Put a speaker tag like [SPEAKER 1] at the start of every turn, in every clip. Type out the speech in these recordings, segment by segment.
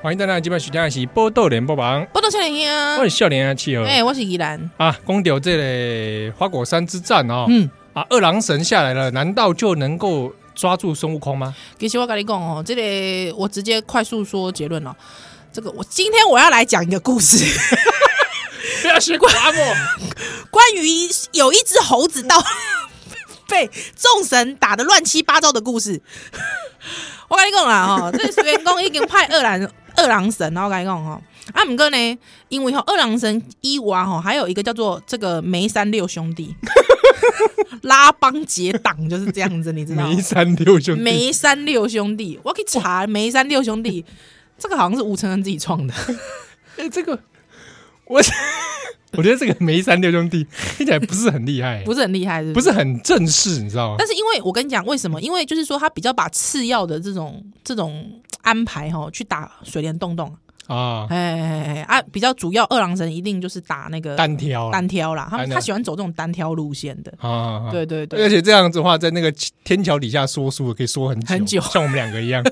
[SPEAKER 1] 欢迎大家今晚收听的是《波豆联播榜》，
[SPEAKER 2] 波多少年
[SPEAKER 1] 我
[SPEAKER 2] 兄
[SPEAKER 1] 是，笑脸啊，企鹅
[SPEAKER 2] 哎，我是宜兰，
[SPEAKER 1] 啊，公屌这个花果山之战哦，
[SPEAKER 2] 嗯，
[SPEAKER 1] 啊，二郎神下来了，难道就能够抓住孙悟空吗？
[SPEAKER 2] 其实我跟你讲哦，这里我直接快速说结论了。哦这个我今天我要来讲一个故事，
[SPEAKER 1] 不要学过阿莫，
[SPEAKER 2] 关于有一只猴子到 被众神打的乱七八糟的故事。 我跟你讲啦，哦，这水员公已经派二郎 二郎神，然后我跟你讲哦，啊，姆哥呢，因为吼二郎神伊娃吼，还有一个叫做这个梅山六兄 弟，拉帮结党就是这样子，你知道吗
[SPEAKER 1] 梅？山六兄弟，
[SPEAKER 2] 梅山六兄弟，我可以查梅山六兄弟，这个好像是吴承恩自己创的，
[SPEAKER 1] 哎，这个我 我觉得这个梅山六兄弟听起来不是很厉害，
[SPEAKER 2] 不是很厉害，是不
[SPEAKER 1] 不
[SPEAKER 2] 是？
[SPEAKER 1] 是很正式，你知道吗？
[SPEAKER 2] 但是因为我跟你讲为什么？因为就是说他比较把次要的这种这种安排哈、去打水帘洞洞，
[SPEAKER 1] 啊，
[SPEAKER 2] 哎哎哎哎啊，比较主要二郎神一定就是打那个
[SPEAKER 1] 单挑啊
[SPEAKER 2] 单挑啦，他
[SPEAKER 1] 单
[SPEAKER 2] 们
[SPEAKER 1] 挑
[SPEAKER 2] 他喜欢走这种单挑路线的，
[SPEAKER 1] 啊，啊
[SPEAKER 2] 对对对
[SPEAKER 1] 而。且这样子的话，在那个天桥底下说书可以说很久，
[SPEAKER 2] 很久
[SPEAKER 1] 像我们两个一样。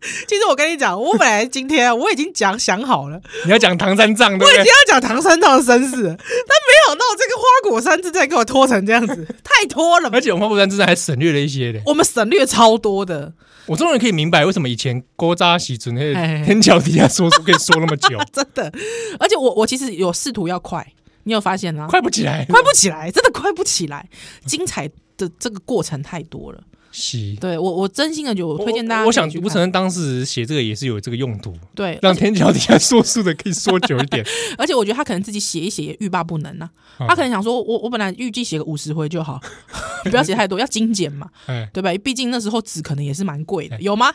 [SPEAKER 2] 其实我跟你讲，我本来今天啊我已经讲想好了，
[SPEAKER 1] 你要讲唐三藏，对不
[SPEAKER 2] 我已
[SPEAKER 1] 对
[SPEAKER 2] 经？要讲唐三藏的身世了，但没想到这个花果山之战给我拖成这样子，太拖了 吧
[SPEAKER 1] 而。且我们花果山之战还省略了一些的。
[SPEAKER 2] 我们省略超多的，
[SPEAKER 1] 我终于可以明白为什么以前勾扎喜准那
[SPEAKER 2] 哎
[SPEAKER 1] 天桥底下说书可以说那么久，
[SPEAKER 2] 真的。而且我我其实有试图要快，你有发现吗？
[SPEAKER 1] 快不起 来。
[SPEAKER 2] 快不起来，真的快不起来。精彩的这个过程太多了，
[SPEAKER 1] 喜，
[SPEAKER 2] 对我我真心的觉得，我推荐大家
[SPEAKER 1] 我我想
[SPEAKER 2] 可以去看
[SPEAKER 1] 吴承恩当时写这个也是有这个用 途，
[SPEAKER 2] 对，
[SPEAKER 1] 让天桥底下说书的可以说久一 点。
[SPEAKER 2] 而且我觉得他可能自己写一写也欲罢不能呐、
[SPEAKER 1] 嗯
[SPEAKER 2] 他可能想说，我我本来预计写个五十回就好， 不要写太多，要精简嘛，
[SPEAKER 1] 哎，
[SPEAKER 2] 对吧？毕竟那时候纸可能也是蛮贵的，有 吗？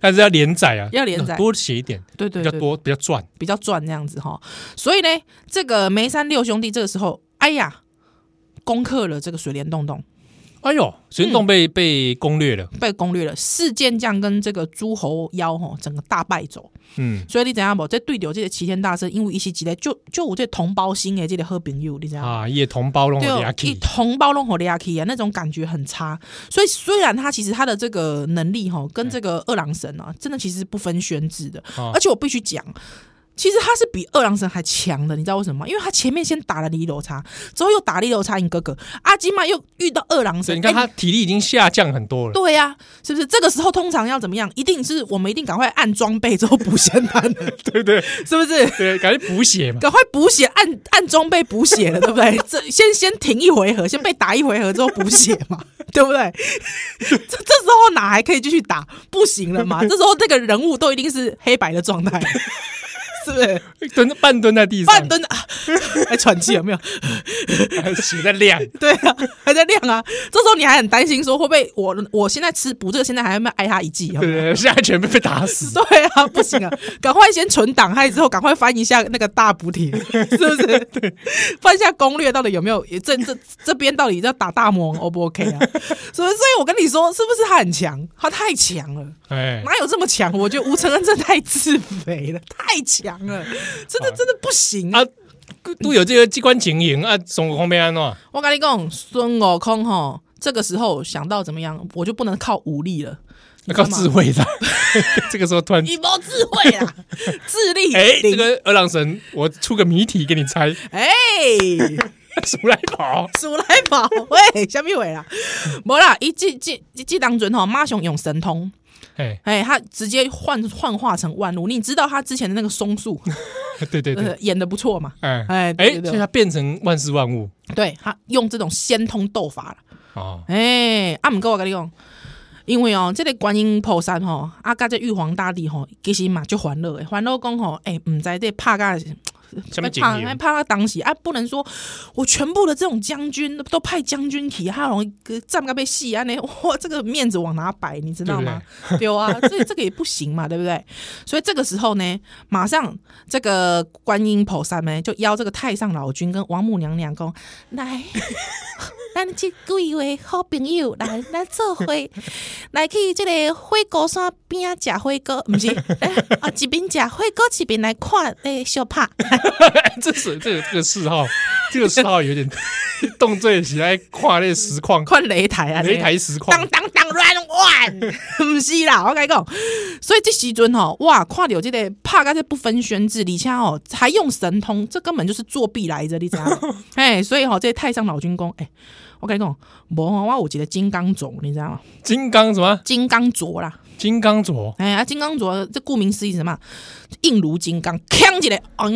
[SPEAKER 1] 但是要连载啊，
[SPEAKER 2] 要连载
[SPEAKER 1] 多写一点，
[SPEAKER 2] 对对
[SPEAKER 1] 比
[SPEAKER 2] 对
[SPEAKER 1] 较
[SPEAKER 2] 对
[SPEAKER 1] 多，比较赚。
[SPEAKER 2] 比较赚这样子哈。所以呢，这个梅山六兄弟这个时候，哎呀，攻克了这个水帘洞洞，
[SPEAKER 1] 哎呦，水
[SPEAKER 2] 嗯
[SPEAKER 1] 帘洞被被攻略了，
[SPEAKER 2] 被攻略了。四健将跟这个诸侯妖吼，整个大败走。
[SPEAKER 1] 嗯，
[SPEAKER 2] 所以你知影无？这对着这个齐天大圣，因为伊是一个就就有这个同胞心的这个好朋友，你知影吗？
[SPEAKER 1] 啊，也同胞弄
[SPEAKER 2] 对
[SPEAKER 1] 了
[SPEAKER 2] 哦
[SPEAKER 1] 牙，
[SPEAKER 2] 一
[SPEAKER 1] 起，
[SPEAKER 2] 同胞拢互掠去啊，那种感觉很差。所以虽然他其实他的这个能力吼，跟这个二郎神啊，真的其实不分轩制的。
[SPEAKER 1] 哦
[SPEAKER 2] 而且我必须讲，其实他是比二郎神还强的，你知道为什么吗？因为他前面先打了李楼叉，之后又打李楼叉你哥哥，阿基玛又遇到二郎
[SPEAKER 1] 所
[SPEAKER 2] 神，
[SPEAKER 1] 以你看
[SPEAKER 2] 哎
[SPEAKER 1] 他体力已经下降很多了。
[SPEAKER 2] 对呀、是不是？这个时候通常要怎么样？一定是我们一定赶快按装备之后补血单的，
[SPEAKER 1] 对对
[SPEAKER 2] 是不是？
[SPEAKER 1] 对，感觉补血嘛。
[SPEAKER 2] 赶快补血，按按装备补血了，对不对？这先先停一回合，先被打一回合之后补血嘛， 对不对？这这时候哪还可以继续打？不行了嘛！这时候这个人物都一定是黑白的状态，是不是？
[SPEAKER 1] 蹲半蹲在地上，哎
[SPEAKER 2] 半蹲啊， 还喘气有没有？
[SPEAKER 1] 血在 亮，
[SPEAKER 2] 对啊，还在亮啊！这时候你还很担心说会不会我我现在吃补这个，现在还要不要挨他一记？有
[SPEAKER 1] 对
[SPEAKER 2] 没有
[SPEAKER 1] 对对， 现在全被被打死。
[SPEAKER 2] 对啊，不行啊，赶快先存档，还之后赶快翻一下那个大补帖， 是不是？对，翻一下攻略到底有没有这这这边到底要打大魔王 O 不 OK 啊？ 所以所以我跟你说，是不是他很强？他太强了，
[SPEAKER 1] 哎，
[SPEAKER 2] 哪有这么强？我觉得吴承恩真的太自肥了， 太强了，真的真的不行啊！
[SPEAKER 1] 啊，都有这个机关情形啊，孙悟空被安诺，
[SPEAKER 2] 我跟你讲，孙悟空吼，这个时候想到怎么样，我就不能靠武力了，
[SPEAKER 1] 那靠智慧的。 这个时候突然，
[SPEAKER 2] 你没智慧啊， 智力
[SPEAKER 1] 哎，这
[SPEAKER 2] 零
[SPEAKER 1] 个二郎神，我出个谜题给你猜，
[SPEAKER 2] 哎。
[SPEAKER 1] 鼠来宝。
[SPEAKER 2] 鼠来宝，喂， 虾米话啦？无啦，伊即即即当阵吼，马上用神通，
[SPEAKER 1] 哎，
[SPEAKER 2] 哎，他直接幻幻化成万物。你知道他之前的那个松树，
[SPEAKER 1] 对对对，
[SPEAKER 2] 呃，演的不错嘛？
[SPEAKER 1] 哎
[SPEAKER 2] 哎对
[SPEAKER 1] 哎，
[SPEAKER 2] 对对
[SPEAKER 1] 所以它变成万事万物
[SPEAKER 2] 对他用这种仙通斗法啦，
[SPEAKER 1] 哦，
[SPEAKER 2] 哎，啊，毋过我跟你讲，因为哦，这个观音菩萨吼，啊，甲这玉皇大帝吼，其实嘛就欢乐诶，欢乐讲吼，哎，毋知这拍甲。
[SPEAKER 1] 下面情
[SPEAKER 2] 怕
[SPEAKER 1] 形
[SPEAKER 2] 怕他当时啊，不能说我全部的这种将军都派将军去，他容易站个被戏啊，那 哇，这个面子往哪摆，你知道吗？ 对啊，所以这个也不行嘛，对不对？所以这个时候呢，马上这个观音菩萨呢，就邀这个太上老君跟王母娘娘讲，来， 咱这几位好朋友来，咱做伙来去这个火锅山边食火锅，不是？ 啊，一边食火锅一边来看诶小拍。
[SPEAKER 1] 哎这是这个这个嗜好，这个嗜好有 点动作起来跨那个实况，
[SPEAKER 2] 看擂台啊，
[SPEAKER 1] 擂台实况
[SPEAKER 2] 当，当当乱，哇， 万，毋是啦，我甲你讲，所以这时阵吼，哇，看到这个拍甲这不分轩制，而且吼还用神通，这根本就是作弊来着，你知道吗？ 哎，所以吼，这太上老君公，哎，我跟你讲，无吼，我有一个金刚镯，你知道吗？
[SPEAKER 1] 金刚什么？
[SPEAKER 2] 金刚镯啦，
[SPEAKER 1] 金刚镯？
[SPEAKER 2] 哎啊，金刚镯，这顾名思义是什么？硬如金刚，锵起来，嗯，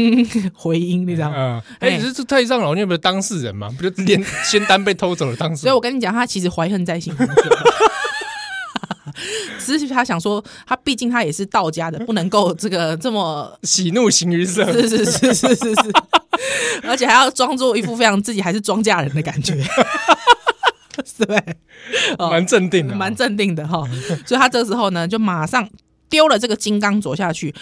[SPEAKER 2] 回音，你知道吗？
[SPEAKER 1] 嗯，哎、
[SPEAKER 2] 哎
[SPEAKER 1] 这这太上老君不是当事人吗？ 不就连仙丹被偷走了当事
[SPEAKER 2] 所 以
[SPEAKER 1] 人？
[SPEAKER 2] 我跟你讲，他其实怀恨在心很久。 只是他想说，他毕竟他也是道家的，不能够这个这么
[SPEAKER 1] 喜怒形于色，
[SPEAKER 2] 是是是是是是，而且还要装作一副非常自己还是庄稼人的感觉，对，哦
[SPEAKER 1] 蛮镇定的、啊
[SPEAKER 2] 蛮镇定的哈。所以他这时候呢，就马上丢了这个金刚镯下去，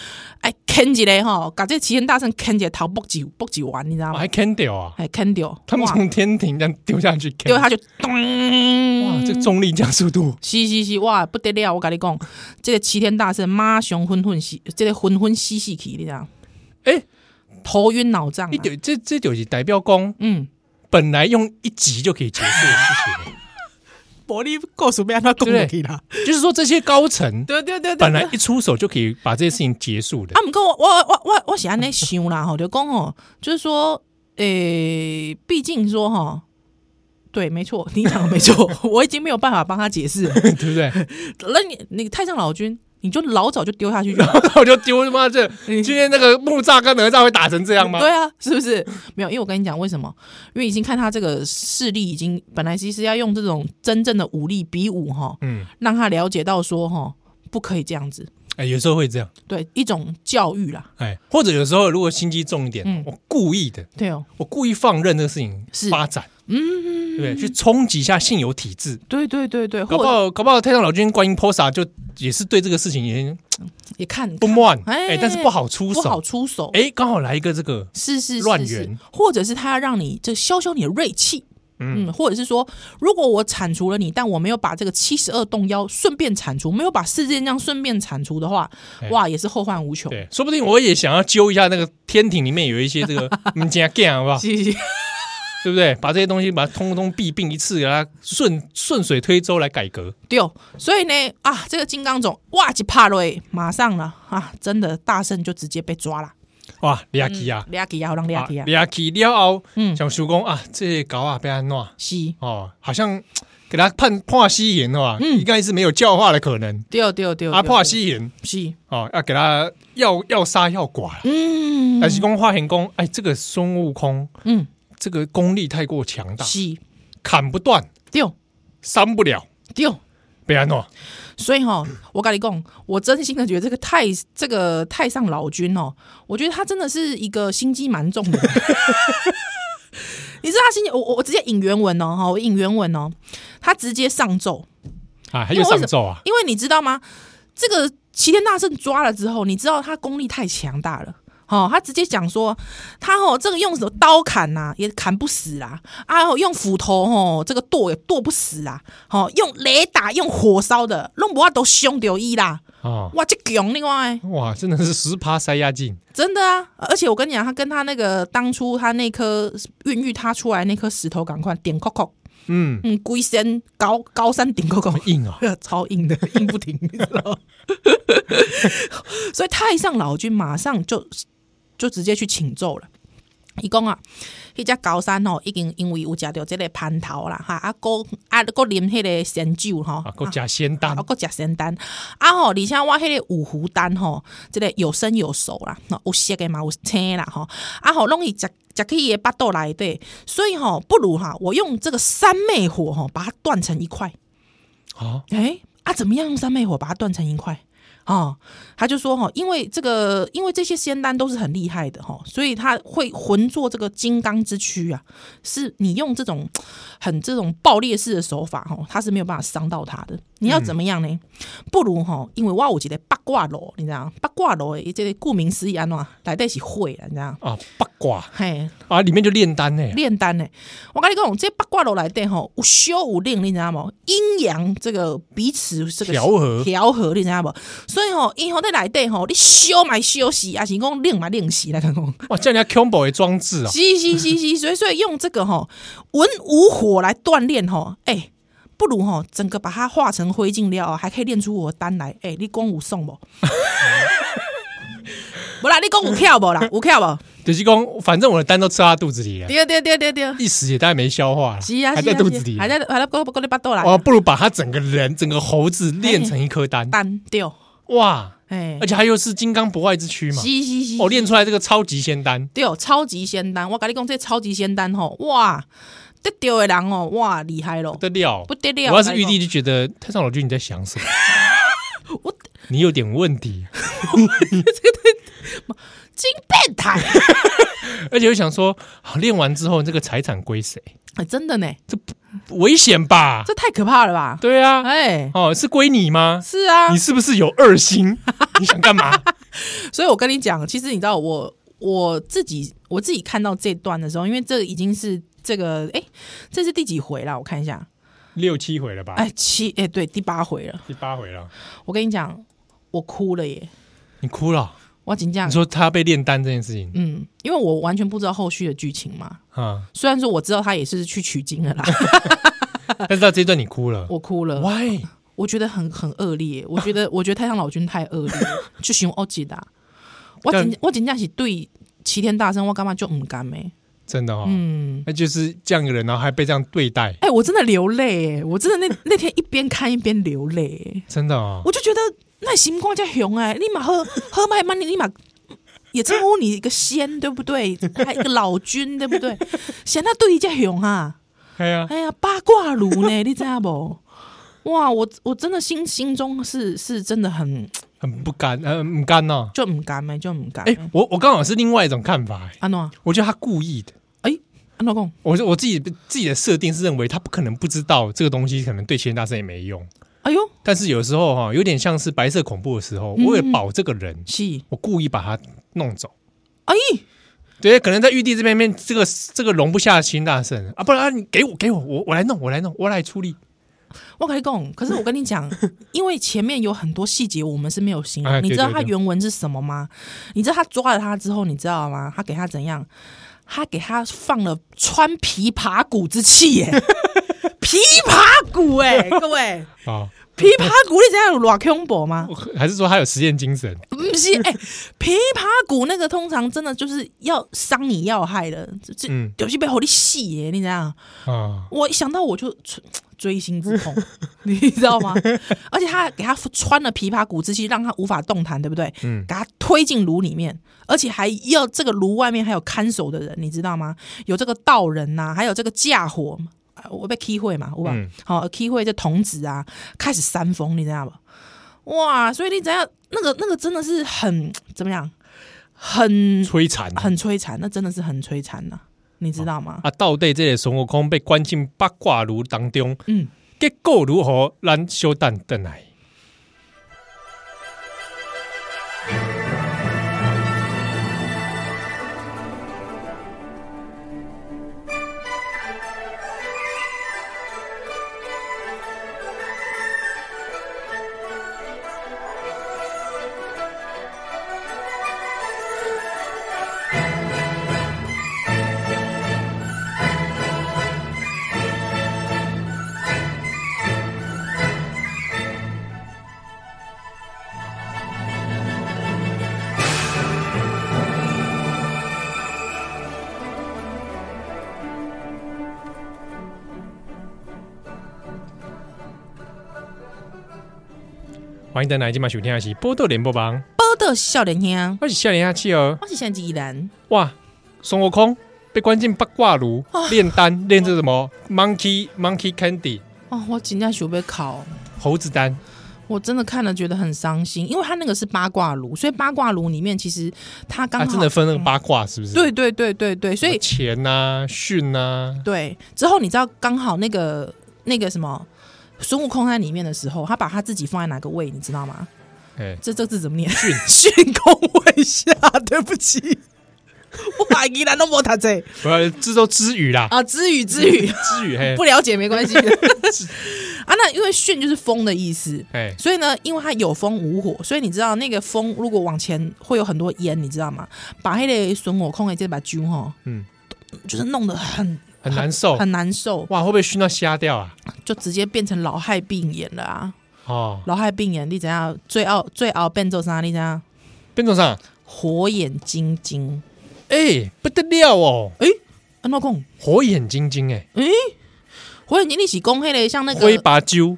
[SPEAKER 2] 哎，啃起来哈，把这齐天大圣啃起来，头剥几剥几丸，你知道
[SPEAKER 1] 哦
[SPEAKER 2] 吗？
[SPEAKER 1] 还 can 掉啊！
[SPEAKER 2] 哎，啃掉，
[SPEAKER 1] 他们
[SPEAKER 2] 哇
[SPEAKER 1] 从天庭这样丢下去 can，
[SPEAKER 2] 丢他就咚，
[SPEAKER 1] 哇，这重力加速度，
[SPEAKER 2] 是是是，哇，不得了！我跟你讲，这个齐天大圣马上昏昏死，这个昏昏死死去，你知道？
[SPEAKER 1] 哎
[SPEAKER 2] 头晕脑胀、啊
[SPEAKER 1] 一。点这这就是代表公
[SPEAKER 2] 嗯，
[SPEAKER 1] 本来用一集就可以结束的事情
[SPEAKER 2] 玻璃故事要他
[SPEAKER 1] 讲下去
[SPEAKER 2] 啦。
[SPEAKER 1] 了，就是说这些高层
[SPEAKER 2] 对对对对，
[SPEAKER 1] 本来一出手就可以把这些事情结束的
[SPEAKER 2] 啊，。毋过我我我我我是安尼想啦吼，就讲哦，就是说，诶、毕竟说哈，对，没错，你讲的没错，我已经没有办法帮他解释了。
[SPEAKER 1] 对不对？
[SPEAKER 2] 那你你太上老君，你就老早就丢下去就好了
[SPEAKER 1] 然后我就丢他妈这今天那个木栅跟哪吒会打成这样吗？
[SPEAKER 2] 对啊，是 不是？没有，因为我跟你讲为什么？因为已经看他这个势力，已经本来其实要用这种真正的武力比武哈，
[SPEAKER 1] 嗯，
[SPEAKER 2] 让他了解到说哈，不可以这样子。
[SPEAKER 1] 哎，有时候会这样，
[SPEAKER 2] 对，一种教育啦，
[SPEAKER 1] 哎，或者有时候如果心机重一点
[SPEAKER 2] 嗯，
[SPEAKER 1] 我故意的，
[SPEAKER 2] 对哦，
[SPEAKER 1] 我故意放任这个事情
[SPEAKER 2] 是
[SPEAKER 1] 发展，对
[SPEAKER 2] 嗯，
[SPEAKER 1] 不对？去冲击一下现有体制，
[SPEAKER 2] 对对对对，
[SPEAKER 1] 搞
[SPEAKER 2] 或
[SPEAKER 1] 不
[SPEAKER 2] 者
[SPEAKER 1] 好搞不好太上老君观音菩萨就也是对这个事情也
[SPEAKER 2] 也看
[SPEAKER 1] 不满，
[SPEAKER 2] 哎
[SPEAKER 1] 哎，但是不好出
[SPEAKER 2] 不好
[SPEAKER 1] 手，
[SPEAKER 2] 出手，
[SPEAKER 1] 哎，刚好来一个这个，
[SPEAKER 2] 是是是
[SPEAKER 1] 乱
[SPEAKER 2] 是
[SPEAKER 1] 源
[SPEAKER 2] 或者是他让你这消消你的锐气。嗯，或者是说，如果我铲除了你，但我没有把这个七十二洞妖顺便铲除，没有把四件将顺便铲除的话，
[SPEAKER 1] 哎
[SPEAKER 2] 哇，也是后患无穷。
[SPEAKER 1] 对，说不定我也想要揪一下那个天庭里面有一些这 个嗯加 g 好不好？
[SPEAKER 2] 是是
[SPEAKER 1] 对不对？把这些东西把它通通弊病一次，给它顺顺水推舟来改革。
[SPEAKER 2] 对，所以呢，啊，这个金刚种哇一拍落，马上了啊，真的大圣就直接被抓了，
[SPEAKER 1] 哇，利亚基啊，
[SPEAKER 2] 俩给要让俩给啊，
[SPEAKER 1] 利亚基了后，
[SPEAKER 2] 嗯，
[SPEAKER 1] 想叔公啊，这搞啊被安弄
[SPEAKER 2] 是，
[SPEAKER 1] 哦，好像给他判判西言的话，应该是没有教化的可能。
[SPEAKER 2] 对对嗯对，
[SPEAKER 1] 啊，
[SPEAKER 2] 对
[SPEAKER 1] 判西言
[SPEAKER 2] 是，
[SPEAKER 1] 哦，要给他要要杀要剐了。
[SPEAKER 2] 嗯
[SPEAKER 1] 但是公化田公，哎，这个孙悟空
[SPEAKER 2] 嗯
[SPEAKER 1] 这个功力太过强大，
[SPEAKER 2] 是，
[SPEAKER 1] 砍不断，
[SPEAKER 2] 对
[SPEAKER 1] 伤不了，哦
[SPEAKER 2] 对，
[SPEAKER 1] 被安诺。
[SPEAKER 2] 所以哈、我跟你讲，我真心的觉得这个太这个太上老君哦，我觉得他真的是一个心机蛮重 的。你知道他心机，我我我直接引原文哦，哈，我引原文哦，他直接上奏，
[SPEAKER 1] 啊，还有上咒啊，
[SPEAKER 2] 因为你知道吗？这个齐天大圣抓了之后，你知道他功力太强大了。哦，他直接讲说，他哦，这个用什么刀砍呐、也砍不死啦；啊，用斧头哦，这个剁也剁不死啦；哦，用雷打、用火烧的，弄不啊都凶掉伊啦！
[SPEAKER 1] 啊，
[SPEAKER 2] 哇，这强另外
[SPEAKER 1] 哇，真的是十趴塞压镜，
[SPEAKER 2] 真的啊！而且我跟你讲，他跟他那个当初他那颗孕育他出来那颗石头，赶快点扣扣，
[SPEAKER 1] 嗯，
[SPEAKER 2] 嗯，龟身高高山顶扣扣
[SPEAKER 1] 很，硬啊，
[SPEAKER 2] 超硬的，硬不停，你知道吗？ 所以太上老君马上就就直接去请奏了。伊讲啊，迄只高山吼，已经因为有食着即个蟠桃啦，哈啊，哥啊，哥啉迄个仙酒吼，
[SPEAKER 1] 啊，够加仙丹
[SPEAKER 2] 哦啊，，搁食仙丹啊吼，而且我迄个五湖丹吼，即、个有生有熟啦，吼有色的嘛，有青啦吼，啊吼，拢伊食食去伊的巴肚内底，所以吼，不如哈，我用这个三昧火吼，把它断成一块，
[SPEAKER 1] 啊，
[SPEAKER 2] 哎、啊，怎么样用三昧火把它断成一块？哦，他就说哈，因为这个，因为这些仙丹都是很厉害的哈，所以他会浑作这个金刚之躯啊，是你用这种很这种爆裂式的手法哈，他是没有办法伤到他的。你要怎么样呢？不如哈，因为我有一个八卦楼，你知道吗八卦楼的这个顾名思义安怎来在是会啦，你知道吗？
[SPEAKER 1] 啊，八卦
[SPEAKER 2] 嘿，
[SPEAKER 1] 啊，里面就炼丹呢，
[SPEAKER 2] 炼丹呢，我跟你讲，这八卦楼来底吼，有修有令，你知道吗？阴阳这个彼此这个
[SPEAKER 1] 调和
[SPEAKER 2] 调和，你知道无？所以吼、因吼在内底吼，你烧嘛烧死，也是讲冷嘛冷死来讲讲。
[SPEAKER 1] 哇，叫人家 combo 的装置啊，
[SPEAKER 2] 是是是是，所以所以用这个吼、文武火来锻炼吼、哎、不如哈，整个把它化成灰烬了哦，还可以练出我的丹来。哎、你讲有送不？不啦，你讲有跳不啦？有跳不？
[SPEAKER 1] 就是讲，反正我的丹都吃到他肚子里了，
[SPEAKER 2] 对对对对对，
[SPEAKER 1] 一时也大概没消化了，
[SPEAKER 2] 是啊，
[SPEAKER 1] 还在
[SPEAKER 2] 是啊
[SPEAKER 1] 肚
[SPEAKER 2] 是
[SPEAKER 1] 子
[SPEAKER 2] 啊
[SPEAKER 1] 里，
[SPEAKER 2] 还在还在够够你巴肚啦。
[SPEAKER 1] 哇，不如把他整个人、整个猴子练成一颗丹，
[SPEAKER 2] 单对，
[SPEAKER 1] 哇！
[SPEAKER 2] 哎
[SPEAKER 1] 而，且他又是金刚不坏之躯嘛，
[SPEAKER 2] 嘻嘻嘻，
[SPEAKER 1] 哦，练出来这个超级仙丹，
[SPEAKER 2] 对，超级仙丹，我跟你讲，这超级仙丹吼，哇，得到的人哦，哇，厉害咯
[SPEAKER 1] 不，得了！
[SPEAKER 2] 不得了。
[SPEAKER 1] 我要是
[SPEAKER 2] 跟你
[SPEAKER 1] 玉
[SPEAKER 2] 讲
[SPEAKER 1] 帝，就觉得太上老君你在想什么？
[SPEAKER 2] 我
[SPEAKER 1] 你有点问题，
[SPEAKER 2] 真 变态，
[SPEAKER 1] 而且又想说，好练完之后这个财产归谁？
[SPEAKER 2] 哎真的呢，
[SPEAKER 1] 危险吧？
[SPEAKER 2] 这太可怕了吧？
[SPEAKER 1] 对啊，
[SPEAKER 2] 哎，
[SPEAKER 1] 哦，是归你吗？
[SPEAKER 2] 是啊
[SPEAKER 1] 你，是不是有二心？你想干嘛？
[SPEAKER 2] 所以我跟你讲，其实你知道我我自己我自己看到这段的时候，因为这已经是这个哎，这是第几回啦？我看一下，
[SPEAKER 1] 六七回了吧？
[SPEAKER 2] 哎七哎对第八回了。
[SPEAKER 1] 第八回了，
[SPEAKER 2] 我跟你讲，我哭了耶，
[SPEAKER 1] 你哭了？
[SPEAKER 2] 我紧张
[SPEAKER 1] 你。说他被炼丹这件事情
[SPEAKER 2] 嗯，因为我完全不知道后续的剧情嘛。
[SPEAKER 1] 啊，
[SPEAKER 2] 虽然说我知道他也是去取经了 啦，
[SPEAKER 1] 但是到这一段你哭了
[SPEAKER 2] 我哭了，
[SPEAKER 1] ，why？
[SPEAKER 2] 我觉得很很恶劣。我觉得 我觉得太上老君太恶劣了，就形容欧吉达。我
[SPEAKER 1] 但
[SPEAKER 2] 真我真正是对齐天大圣，我干嘛就唔甘诶？
[SPEAKER 1] 真的哦，
[SPEAKER 2] 嗯，
[SPEAKER 1] 那就是这样一个人，然后还被这样对待，
[SPEAKER 2] 哎、我真的流泪、欸，我真的那 那天一边看一边流泪、欸，
[SPEAKER 1] 真的哦，
[SPEAKER 2] 我就觉得那星光在熊哎，立马喝 喝麦曼，立马也称呼你一个仙，对不对？还一个老君，对不对？ 显那对一只熊啊，
[SPEAKER 1] 哎呀，
[SPEAKER 2] 哎呀，八卦炉呢， 你知道不？哇，我我真的心心中是是真的很
[SPEAKER 1] 很不甘，呃，不甘哦。
[SPEAKER 2] 就唔甘哎，就唔甘
[SPEAKER 1] 哎，我我刚好是另外一种看法，哎
[SPEAKER 2] 安诺
[SPEAKER 1] 我觉得他故意的。
[SPEAKER 2] 哎，安诺公
[SPEAKER 1] 我我自己自己的设定是认为他不可能不知道这个东西，可能对齐天大圣也没用。
[SPEAKER 2] 哎呦，
[SPEAKER 1] 但是有时候哈、有点像是白色恐怖的时候，
[SPEAKER 2] 嗯
[SPEAKER 1] 为了保这个人，
[SPEAKER 2] 是
[SPEAKER 1] 我故意把他弄走。
[SPEAKER 2] 哎
[SPEAKER 1] 对，可能在玉帝这边面，这个这个容不下齐天大圣啊，不然、啊、你给我给我，我我来弄，我来弄，我来处理。
[SPEAKER 2] 我跟你讲，可是我跟 你讲，因为前面有很多细节我们是没有形容，
[SPEAKER 1] 哎
[SPEAKER 2] 你
[SPEAKER 1] 对
[SPEAKER 2] 知道
[SPEAKER 1] 对
[SPEAKER 2] 他
[SPEAKER 1] 对
[SPEAKER 2] 原文是什么吗？你知道他抓了他之后，你知道吗？他给他怎样？他给他放了穿琵琶骨之气 耶、琵琶骨哎、各位，
[SPEAKER 1] 啊、
[SPEAKER 2] 琵琶骨你知道有多恐怖吗？
[SPEAKER 1] 还是说他有实验精神？
[SPEAKER 2] 不是哎、琵琶骨那个通常真的就是要伤你要害的，这这
[SPEAKER 1] 嗯
[SPEAKER 2] 有些被吼你戏耶、你知道吗？
[SPEAKER 1] 啊，
[SPEAKER 2] 我一想到我就追锥心之痛，你知 道吗？而且他给他穿了琵琶骨之气，让他无法动弹，对不对？
[SPEAKER 1] 嗯
[SPEAKER 2] 给他推进炉里面，而且还要这个炉外面还有看守的人，你知道吗？有这个道人啊呐、还有这个架火，啊我被 key 会嘛，我吧
[SPEAKER 1] 嗯，
[SPEAKER 2] 好 key 会这童子啊，开始煽风，你知道吧？哇，所以你怎样？那个那个真的是很怎么样？很
[SPEAKER 1] 摧残
[SPEAKER 2] 很摧残，那真的是很摧残呐、你知道吗？
[SPEAKER 1] 啊！到底这个孙悟空被关进八卦炉当中，
[SPEAKER 2] 嗯。
[SPEAKER 1] 结果如何？咱小等等来。欢迎登来今晚收听的是《波多连播榜》，
[SPEAKER 2] 波的笑脸兄，
[SPEAKER 1] 我是笑脸下气哦。
[SPEAKER 2] 我是现在依然
[SPEAKER 1] 哇，孙悟空被关进八卦炉炼丹，炼这什么 monkey monkey candy
[SPEAKER 2] 哦，我真正想要考，
[SPEAKER 1] 猴子丹，
[SPEAKER 2] 我真的看了觉得很伤心，因为他那个是八卦炉，所以八卦炉里面其实他刚
[SPEAKER 1] 啊，
[SPEAKER 2] 好、
[SPEAKER 1] 真的分那个八卦是不是？
[SPEAKER 2] 对，对对对对，所以
[SPEAKER 1] 钱呐、训啊呐、
[SPEAKER 2] 对之后你知道刚好那个那个什么孙悟空在里面的时候，他把他自己放在哪个位，你知道吗？
[SPEAKER 1] 哎、
[SPEAKER 2] 这这字怎么念？
[SPEAKER 1] 训
[SPEAKER 2] 训功位下，对不起， 我把依然都没他这
[SPEAKER 1] 不要这都知语啦，
[SPEAKER 2] 啊，知语知语，
[SPEAKER 1] 知语嘿
[SPEAKER 2] 不，了解没关 系啊。那因为训就是风的意思，
[SPEAKER 1] 哎，
[SPEAKER 2] 所以呢，因为它有风无火，所以你知道那个风如果往前会有很多烟，你知道吗？把那个孙悟空的这把揪哈，
[SPEAKER 1] 嗯
[SPEAKER 2] 嗯，就是弄得很
[SPEAKER 1] 很难受，
[SPEAKER 2] 很难受，
[SPEAKER 1] 哇，会不会熏到瞎掉啊？
[SPEAKER 2] 就直接变成老害病眼了啊！
[SPEAKER 1] 哦，
[SPEAKER 2] 老害病眼，你怎样？最熬最熬变做啥？你怎样？
[SPEAKER 1] 变种上，
[SPEAKER 2] 火眼金睛，
[SPEAKER 1] 哎，不得了哦，
[SPEAKER 2] 安诺贡，
[SPEAKER 1] 火眼金睛，哎，
[SPEAKER 2] 诶、火眼金睛是讲黑的，像那
[SPEAKER 1] 挥
[SPEAKER 2] 个，
[SPEAKER 1] 把揪，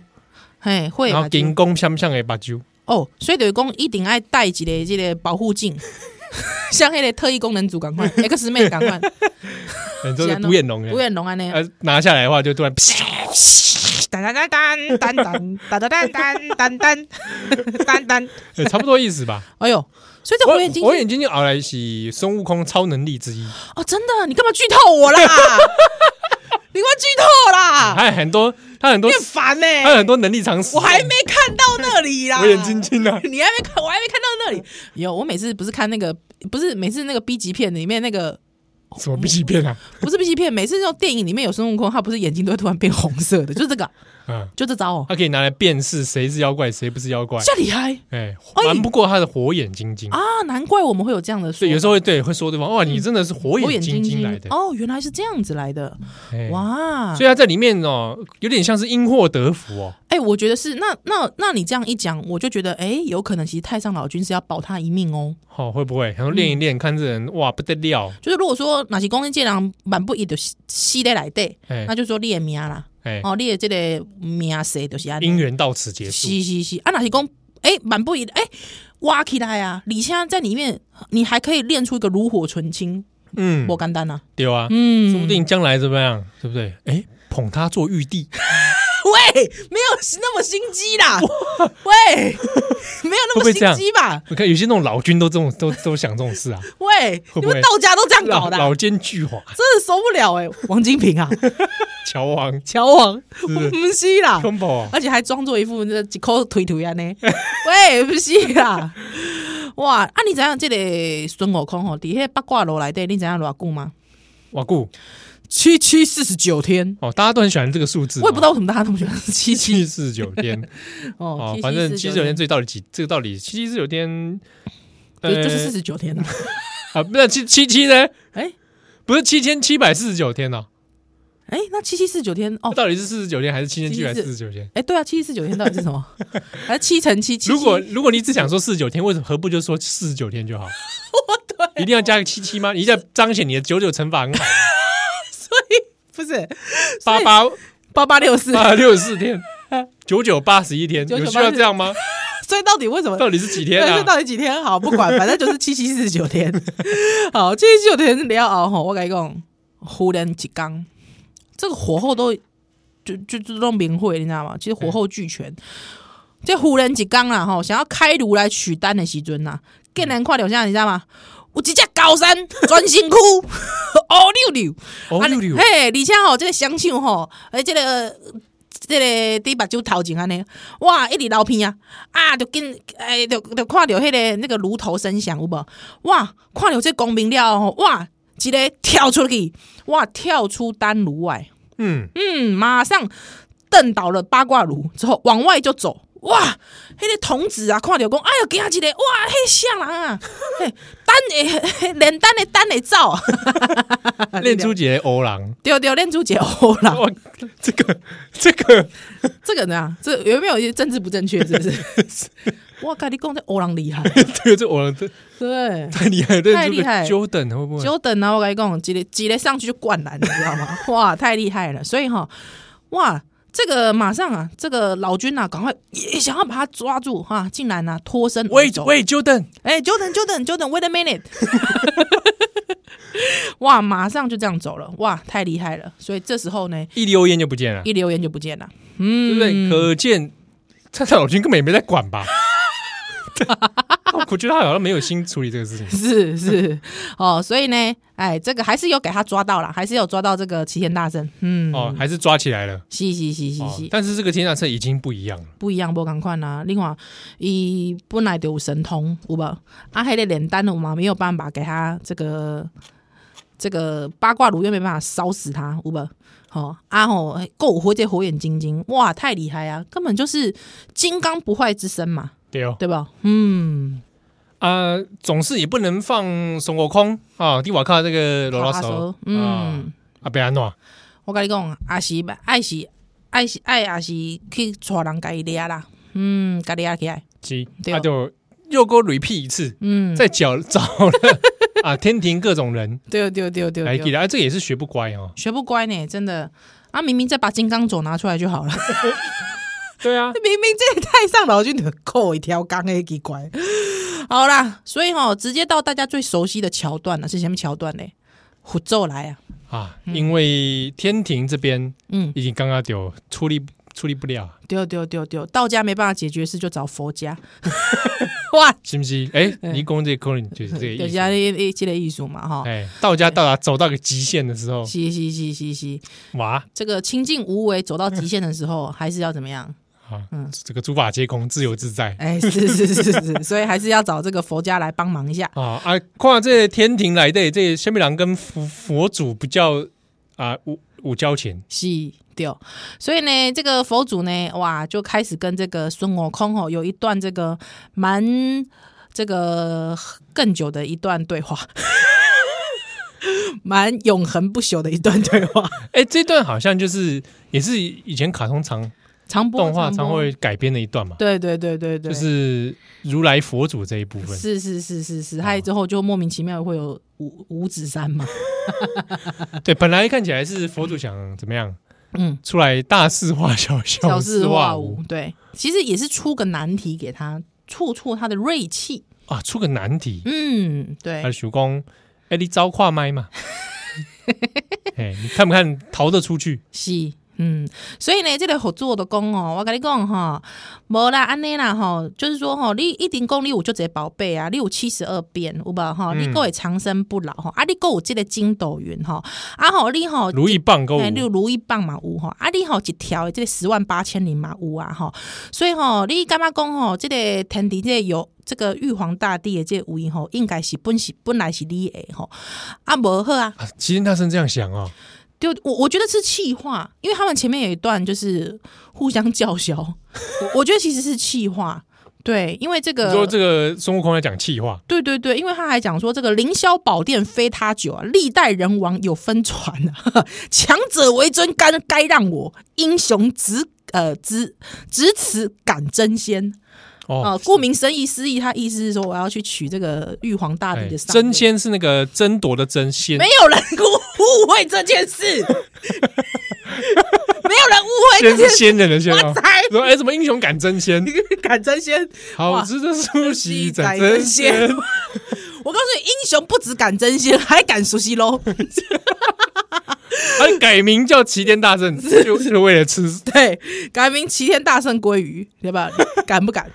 [SPEAKER 2] 嘿，会
[SPEAKER 1] 然后
[SPEAKER 2] 嘛？
[SPEAKER 1] 金光相像的把 揪，
[SPEAKER 2] 哦，所以就是讲一定爱戴一个这个保护镜， 像迄个特异功能组赶快 X 妹赶 快，
[SPEAKER 1] 很多
[SPEAKER 2] 是啊
[SPEAKER 1] 独眼龙，哎
[SPEAKER 2] 吴，彦龙安尼，
[SPEAKER 1] 呃，拿下来的话就突然，
[SPEAKER 2] 哒哒哒哒哒哒哒哒哒哒哒 哒哒，
[SPEAKER 1] 呃差不多意思 吧。
[SPEAKER 2] 哎呦，所以这火眼金
[SPEAKER 1] 火
[SPEAKER 2] 睛
[SPEAKER 1] 眼金睛熬来是孙悟空超能力之一，
[SPEAKER 2] 哦，真的，你干嘛剧透我啦？ 你干嘛剧透啦？
[SPEAKER 1] 还有很多，他很多
[SPEAKER 2] 你，很烦呢、欸
[SPEAKER 1] 他有很多能力常识，
[SPEAKER 2] 啊我还没看到那里啦，
[SPEAKER 1] 哎火眼金睛啊，
[SPEAKER 2] 你还没看，我还没看到那里。有，我每次不是看那个，不是每次那个 B 级片里面那个，
[SPEAKER 1] 什么 B 级片啊？
[SPEAKER 2] 不是 B 级片，每次那种电影里面有孙悟空，他不是眼睛都会突然变红色的，就是这个，
[SPEAKER 1] 嗯，
[SPEAKER 2] 就这招哦，
[SPEAKER 1] 他可以拿来辨识谁是妖怪，谁不是妖怪。
[SPEAKER 2] 这厉害
[SPEAKER 1] 哎，
[SPEAKER 2] 啊哎
[SPEAKER 1] 瞒不过他的火眼金睛。
[SPEAKER 2] 啊！嗯难怪我们会有这样的说
[SPEAKER 1] 对，
[SPEAKER 2] 法，
[SPEAKER 1] 有时候会对会说对方，哇，你真的是火眼金睛来的，
[SPEAKER 2] 哦，原来是这样子来的，
[SPEAKER 1] 哎
[SPEAKER 2] 哇！
[SPEAKER 1] 所以他在里面哦，有点像是因祸得福 哦。
[SPEAKER 2] 哎、我觉得是，那那那你这样一讲，我就觉得，哎、有可能其实太上老君是要保他一命哦。
[SPEAKER 1] 哦，会不会？然后练一练，看这人哇不得了，
[SPEAKER 2] 就是如果说哪些公斤借人蛮不一的系在来对，
[SPEAKER 1] 哎
[SPEAKER 2] 那就说你的名啦，
[SPEAKER 1] 哎，
[SPEAKER 2] 哦，你的这个名谁都是安尼啊
[SPEAKER 1] 姻缘到此结束。
[SPEAKER 2] 是是是，啊，那是讲哎，蛮、不一哎、挖起来啊！你现在在里面，你还可以练出一个炉火纯青，
[SPEAKER 1] 嗯
[SPEAKER 2] 不，简单啊！
[SPEAKER 1] 对啊，
[SPEAKER 2] 嗯，
[SPEAKER 1] 说不定将来怎么样，对不对？哎，捧他做玉帝，
[SPEAKER 2] 喂，没有那么心机啦，喂，没有那
[SPEAKER 1] 会不会
[SPEAKER 2] 么
[SPEAKER 1] 这样
[SPEAKER 2] 心机吧？
[SPEAKER 1] 我看有些那种老君都这种都都想这种事啊，
[SPEAKER 2] 喂，
[SPEAKER 1] 会不会
[SPEAKER 2] 你们道家都这样 搞
[SPEAKER 1] 老
[SPEAKER 2] 的啊、
[SPEAKER 1] 老奸巨猾，
[SPEAKER 2] 真的受不了哎、王金平 啊，
[SPEAKER 1] 乔王，
[SPEAKER 2] 乔王，
[SPEAKER 1] 不
[SPEAKER 2] 我
[SPEAKER 1] 是啊
[SPEAKER 2] 不是啦，
[SPEAKER 1] 空宝，
[SPEAKER 2] 而且还装作一副那几口腿腿啊 呢，喂，不是啦，哇，啊，你知影这个孙悟空吼，底下八卦楼来的，你知影偌久吗？
[SPEAKER 1] 瓦固
[SPEAKER 2] 七七四十九天，
[SPEAKER 1] 哦，大家都很喜欢这个数字，
[SPEAKER 2] 我也不知道为什么大家那么喜欢七七
[SPEAKER 1] 七四九天
[SPEAKER 2] 哦
[SPEAKER 1] 哦，，反正七
[SPEAKER 2] 七
[SPEAKER 1] 十九天这到底几？这个到底七七四九天，
[SPEAKER 2] 就就是四
[SPEAKER 1] 呃
[SPEAKER 2] 十九 天了。
[SPEAKER 1] 啊，不是七七七呢？
[SPEAKER 2] 哎
[SPEAKER 1] 不是七千七百四十九天哦，
[SPEAKER 2] 哎，那七七四十九天 哦，
[SPEAKER 1] 到底是四十九天还是七千七百四十九天？
[SPEAKER 2] 哎，对啊，七七四十九天到底是 什么？哎，七乘七七，
[SPEAKER 1] 如果如果你只想说四十九天，为什么何不就说四十九天就好？一定要加个七七吗？你在彰显你的九九乘法很好，
[SPEAKER 2] 不是
[SPEAKER 1] 八八
[SPEAKER 2] 八 八六四，
[SPEAKER 1] 八六十四天，九九八十一天，
[SPEAKER 2] 99
[SPEAKER 1] 有需要这样吗？
[SPEAKER 2] 所以到底为什么？
[SPEAKER 1] 到底是几天
[SPEAKER 2] 对，这
[SPEAKER 1] 啊？
[SPEAKER 2] 到底几天？好，不管，反正就是七七四十九天。 好，七七四十九天你要熬吼，我跟你讲，忽然几缸，这个火候都就就就弄明会，你知道吗？其实火候俱全。这忽然几缸啦吼，想要开炉来取丹的时阵呐，更难快点下，你知道吗？有一只高山专心哭， 哦溜溜。
[SPEAKER 1] 哦
[SPEAKER 2] 啊
[SPEAKER 1] 六六
[SPEAKER 2] 嘿，而且吼，这个香肠吼，哎，这个这个伫目睭头前安尼，哇，一直流鼻啊，啊，就紧，哎，就就看到迄、个那个炉头声响有无？哇，看到这光明了吼，哇，一个跳出去，哇，跳出丹炉外，
[SPEAKER 1] 嗯，
[SPEAKER 2] 嗯，马上蹬倒了八卦炉之后，往外就走。哇，迄、个童子啊，看到讲，哎呦，惊一个，哇，迄啥人啊？嘿，单 诶，连单诶，单诶走啊，
[SPEAKER 1] 练出几个欧郎，
[SPEAKER 2] 对对，练出结后啦。
[SPEAKER 1] 哇，这个这个
[SPEAKER 2] 这个呢，这有没有一些政治不正确？是不是？ 哇，跟你讲这欧郎厉害，
[SPEAKER 1] 这个这欧郎这
[SPEAKER 2] 对。
[SPEAKER 1] 太厉害了，练
[SPEAKER 2] 太
[SPEAKER 1] 出
[SPEAKER 2] 厉
[SPEAKER 1] 个
[SPEAKER 2] 害
[SPEAKER 1] Jordan 会不会？
[SPEAKER 2] 久等啊，我跟你讲，几个几个上去就灌篮，你知道 吗？哇，太厉害了！所以哈、哇，这个马上啊，这个老君啊，赶快也想要把他抓住哈、竟然啊脱身而
[SPEAKER 1] Wait
[SPEAKER 2] 走。
[SPEAKER 1] wait Jordan，
[SPEAKER 2] 哎，久等久等久等，wait a minute！哇，马上就这样走了，哇，太厉害了！所以这时候呢，
[SPEAKER 1] 一溜烟就不见了。
[SPEAKER 2] 一溜烟就不见了。
[SPEAKER 1] 对不
[SPEAKER 2] 嗯
[SPEAKER 1] 对？可见蔡蔡老君根本也没在管 吧？我觉得他好像没有心处理这个事情。
[SPEAKER 2] 是是哦，所以呢，哎，这个还是有给他抓到了，还是有抓到这个齐天大圣，嗯，
[SPEAKER 1] 哦，还是抓起来了。
[SPEAKER 2] 是是是是
[SPEAKER 1] 哦
[SPEAKER 2] 是，
[SPEAKER 1] 但是这个天下车已经不一样了。
[SPEAKER 2] 不一样，不赶快啦。另外，伊本来就有神通，有无？啊，迄个炼丹的嘛，没有办法给他这个这个八卦炉，又没办法烧死他，有无？好、哦、啊吼，够火这火眼金睛，哇，太厉害啊！根本就是金刚不坏之身嘛，
[SPEAKER 1] 对哦，
[SPEAKER 2] 对吧？嗯，
[SPEAKER 1] 啊、总是也不能放孙悟空啊，蒂瓦卡这个罗拉手，
[SPEAKER 2] 嗯，
[SPEAKER 1] 啊，别安怎
[SPEAKER 2] 我跟你讲，也是爱是爱是爱也是去带人家己掠啦，嗯，家己掠起来，
[SPEAKER 1] 鸡，
[SPEAKER 2] 对哦
[SPEAKER 1] 他啊就又给我 repeat 一次，
[SPEAKER 2] 嗯，
[SPEAKER 1] 再 找找了啊，天庭各种人
[SPEAKER 2] 对对对对
[SPEAKER 1] 来给
[SPEAKER 2] 对，
[SPEAKER 1] 他，啊这个也是学不乖哦。
[SPEAKER 2] 学不乖呢，真的。啊，明明再把金刚镯拿出来就好 了。
[SPEAKER 1] 对啊，
[SPEAKER 2] 明明这太上老君的扣一条钢诶，奇怪。好啦，所以哈、直接到大家最熟悉的桥段了，啊是什么桥段嘞？虎咒来啊，
[SPEAKER 1] 啊，因为天庭这边
[SPEAKER 2] 嗯，
[SPEAKER 1] 已经刚刚有处理处理不了，啊
[SPEAKER 2] 丢丢丢丢，道家没办法解决事，就找佛家。 哇，
[SPEAKER 1] 是不 是？哎，
[SPEAKER 2] 嗯
[SPEAKER 1] 你讲这可能就是这个
[SPEAKER 2] 道
[SPEAKER 1] 意
[SPEAKER 2] 家
[SPEAKER 1] 思。
[SPEAKER 2] 一一这个艺术嘛，哈、
[SPEAKER 1] 哎，道家到达走到个极限的时候，
[SPEAKER 2] 是是是是是，
[SPEAKER 1] 哇
[SPEAKER 2] 这个清净无为走到极限的时候，还是要怎么样？
[SPEAKER 1] 啊，这个诸法皆空，自由自在
[SPEAKER 2] 哎，是是是是，所以还是要找这个佛家来帮忙一下。
[SPEAKER 1] 啊啊！看这天庭来的这仙妹郎跟佛佛祖不叫啊五五交情，
[SPEAKER 2] 是对，所以呢，这个佛祖呢，哇，就开始跟这个孙悟空哦，有一段这个蛮这个更久的一段对话， 蛮永恒不朽的一段对 话。
[SPEAKER 1] 哎，这段好像就是也是以前卡通常
[SPEAKER 2] 长波
[SPEAKER 1] 动画常
[SPEAKER 2] 波
[SPEAKER 1] 会改编的一段嘛，
[SPEAKER 2] 对对对对对，
[SPEAKER 1] 就是如来佛祖这一部分。
[SPEAKER 2] 是是是是是，还有之后就莫名其妙会有五五指山嘛，
[SPEAKER 1] 对，本来看起来是佛祖想怎么样，
[SPEAKER 2] 嗯，
[SPEAKER 1] 出来大事化小，
[SPEAKER 2] 小
[SPEAKER 1] 事
[SPEAKER 2] 事
[SPEAKER 1] 化
[SPEAKER 2] 化
[SPEAKER 1] 无
[SPEAKER 2] 无，对，其实也是出个难题给他，处处他的锐气。
[SPEAKER 1] 啊，出个难题，
[SPEAKER 2] 嗯，对
[SPEAKER 1] 他，主公，哎，你招跨麦嘛？ 哎，你看不看逃得出去？
[SPEAKER 2] 是，嗯，所以呢，这个合作的讲哦，我跟你讲哈、无啦，安尼啦吼，就是说吼，你一定讲你有就这宝贝啊，你有七十二变，有无吼，
[SPEAKER 1] 嗯
[SPEAKER 2] 你够会长生不老吼，啊，你够有这个筋斗云吼，啊吼，你吼。
[SPEAKER 1] 如意棒够
[SPEAKER 2] 哎，你有如意棒嘛有吼，啊你吼一条的这个十万八千里嘛有啊吼，所以吼你感觉讲吼，这个天地这个有这个玉皇大帝的这个位吼，应该是本是本来是你的吼，啊无好啊，
[SPEAKER 1] 啊，其实他是这样想哦，
[SPEAKER 2] 就我我觉得是气话，因为他们前面有一段就是互相叫嚣， 我我觉得其实是气话。对，因为这
[SPEAKER 1] 你
[SPEAKER 2] 个，
[SPEAKER 1] 说这个孙悟空在讲气话，
[SPEAKER 2] 对对对，因为他还讲说这个凌霄宝殿非他久啊，历代人王有分传啊， 强者为尊，该该让我英雄只呃只只此敢争先啊、
[SPEAKER 1] 哦，
[SPEAKER 2] 顾名生义，思义他意思是说我要去取这个玉皇大帝
[SPEAKER 1] 哎
[SPEAKER 2] 的上位
[SPEAKER 1] 争先是那个争夺的争先
[SPEAKER 2] 没，有人误误会这 件事，没有人误会这
[SPEAKER 1] 先是
[SPEAKER 2] 件事。
[SPEAKER 1] 仙人的仙哦
[SPEAKER 2] 我。 才
[SPEAKER 1] 说哎，什么英雄敢争先？
[SPEAKER 2] 敢争先。
[SPEAKER 1] 好
[SPEAKER 2] 哇
[SPEAKER 1] 吃的苏西敢
[SPEAKER 2] 敢
[SPEAKER 1] 争
[SPEAKER 2] 争先
[SPEAKER 1] 先。
[SPEAKER 2] 我告诉你，英雄不只敢争先，还敢熟悉喽。
[SPEAKER 1] 还哎改名叫齐天大 圣，就是为了吃
[SPEAKER 2] 对，改名齐天大圣归于，对吧？敢不 敢？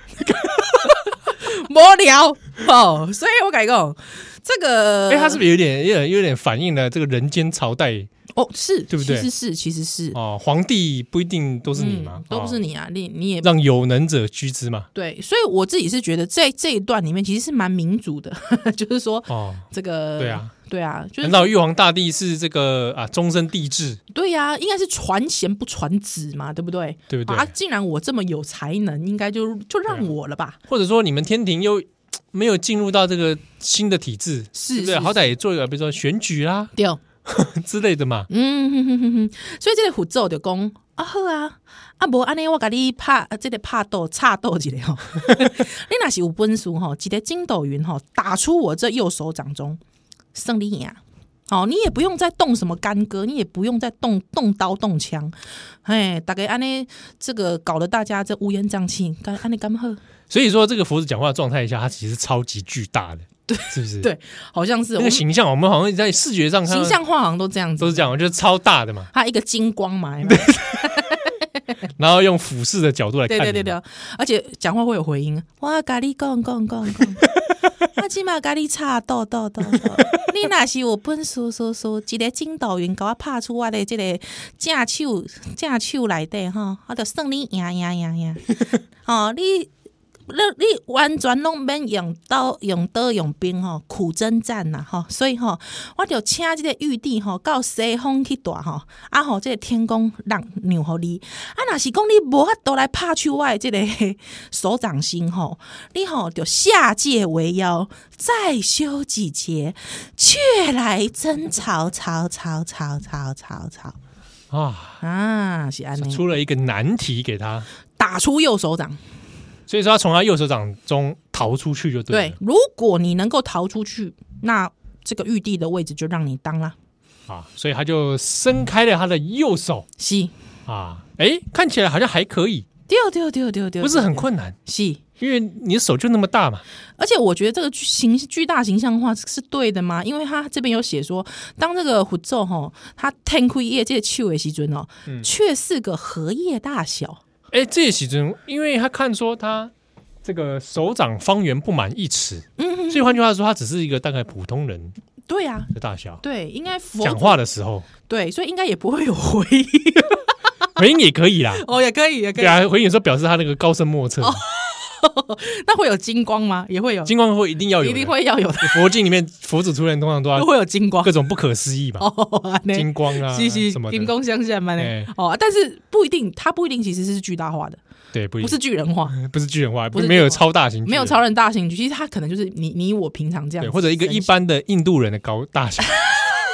[SPEAKER 2] 无聊哦，所以我改讲这个，
[SPEAKER 1] 哎、他是不是有点、有点、有点反映了这个人间朝代
[SPEAKER 2] 哦，是
[SPEAKER 1] 对不对
[SPEAKER 2] 其实是，其实是，
[SPEAKER 1] 哦？皇帝不一定都是你嘛
[SPEAKER 2] 嗯，都不是
[SPEAKER 1] 哦
[SPEAKER 2] 你啊，你你也
[SPEAKER 1] 让有能者居之嘛。
[SPEAKER 2] 对，所以我自己是觉得在这一段里面其实是蛮民主的， 就是说
[SPEAKER 1] 哦，
[SPEAKER 2] 这个
[SPEAKER 1] 对啊，
[SPEAKER 2] 对啊，呃就是
[SPEAKER 1] 难道玉皇大帝是这个啊终身帝制，
[SPEAKER 2] 对呀、应该是传贤不传子嘛，对不对？
[SPEAKER 1] 对不对？啊
[SPEAKER 2] 啊，既然我这么有才能，应该就就让我了吧？
[SPEAKER 1] 或者说你们天庭又嘖没有进入到这个新的体制，
[SPEAKER 2] 是
[SPEAKER 1] 对不对？
[SPEAKER 2] 是
[SPEAKER 1] 好歹也做一个，比如说选举啦
[SPEAKER 2] 对，
[SPEAKER 1] 之类的嘛。
[SPEAKER 2] 嗯哼哼哼哼，所以这个虎咒就讲啊好啊，啊无安尼我甲你拍，啊这个拍斗插斗一个吼， 你若是有本事吼，一个筋斗云吼打出我这右手掌中，胜利呀！哦，你也不用再动什么干戈，你也不用再动动刀动枪，哎，大概安尼这个搞得大家这乌烟瘴气，干安尼干好，
[SPEAKER 1] 所以说，这个佛子讲话的状态下，他其实超级巨大的，对，是不是？，
[SPEAKER 2] 对，好像是
[SPEAKER 1] 那
[SPEAKER 2] 我
[SPEAKER 1] 个
[SPEAKER 2] 们
[SPEAKER 1] 形象，我们好像在视觉上看到
[SPEAKER 2] 形象化好像都这样子
[SPEAKER 1] 都，是这样，就是超大的 嘛。
[SPEAKER 2] 他一个金光嘛，有没有
[SPEAKER 1] 然后用俯视的角度来看
[SPEAKER 2] 对
[SPEAKER 1] 你嘛，
[SPEAKER 2] 对对对，而且讲话会有 回音。哇，咖喱讲讲讲 讲，我起码咖喱差豆豆豆豆。 你若是有本事说说，一个筋斗云甲我拍出我的这个正 手正手内底吼，我就算你赢赢赢赢。哦，你你你完全拢免用刀、用刀、用兵吼，苦征战呐吼，所以吼，我就请即个玉帝吼到西方去住吼，啊吼，即个天公让让互你，啊若是讲你无法度来拍去我的即个手掌心吼， 你吼就下界为妖，再修几节，却来争吵吵吵吵吵吵吵
[SPEAKER 1] 啊，
[SPEAKER 2] 啊，是安尼，
[SPEAKER 1] 出了一个难题给他，
[SPEAKER 2] 打出右手掌。
[SPEAKER 1] 所以说他从他右手掌中逃出去就对
[SPEAKER 2] 对
[SPEAKER 1] 了，
[SPEAKER 2] 如果你能够逃出去，那这个玉帝的位置就让你当啦。
[SPEAKER 1] 啊，所以他就伸开了他的右手
[SPEAKER 2] 是，
[SPEAKER 1] 啊，哎，看起来好像还可以，
[SPEAKER 2] 对对对对对，
[SPEAKER 1] 不是很困难，
[SPEAKER 2] 是。
[SPEAKER 1] 因为你的手就那么大嘛，
[SPEAKER 2] 而且我觉得这个巨形巨大形象化是对的吗？因为他这边有写说，当这个虎咒吼，他天开业界去尾时尊哦，
[SPEAKER 1] 嗯
[SPEAKER 2] 却是个荷叶大小。
[SPEAKER 1] 哎，这也其中，因为他看说他这个手掌方圆不满一尺，
[SPEAKER 2] 嗯，
[SPEAKER 1] 所以换句话说，他只是一个大概普通人
[SPEAKER 2] 对啊，
[SPEAKER 1] 的大小。
[SPEAKER 2] 对，应该佛
[SPEAKER 1] 讲话的时 候，
[SPEAKER 2] 对，所以应该也不会有回音。
[SPEAKER 1] 回应也可以 啦。
[SPEAKER 2] 哦，也可以，也可
[SPEAKER 1] 对啊，回应有时候表示他那个高深莫测，
[SPEAKER 2] 哦那会有金光吗？也会有，
[SPEAKER 1] 金光会一定要有的。
[SPEAKER 2] 一定会要有的，
[SPEAKER 1] 佛经里面佛祖出现通常都
[SPEAKER 2] 都
[SPEAKER 1] 要
[SPEAKER 2] 会有金光
[SPEAKER 1] 各。种不可思议吧，
[SPEAKER 2] 哦，这样
[SPEAKER 1] 金光啊，
[SPEAKER 2] 是是
[SPEAKER 1] 什么
[SPEAKER 2] 金
[SPEAKER 1] 的，
[SPEAKER 2] 光相向嘛呢
[SPEAKER 1] 哎？
[SPEAKER 2] 哦，但是不一定，它不一定其实是巨大化的，
[SPEAKER 1] 对，不一
[SPEAKER 2] 不是巨人化，
[SPEAKER 1] 不是巨人化，
[SPEAKER 2] 不是
[SPEAKER 1] 没
[SPEAKER 2] 巨
[SPEAKER 1] 有
[SPEAKER 2] 人化
[SPEAKER 1] 超大型，
[SPEAKER 2] 没有超，人大型，其实它可能就是你你我平常这样
[SPEAKER 1] 对，
[SPEAKER 2] 子，
[SPEAKER 1] 或者一个一般的印度人的高大小，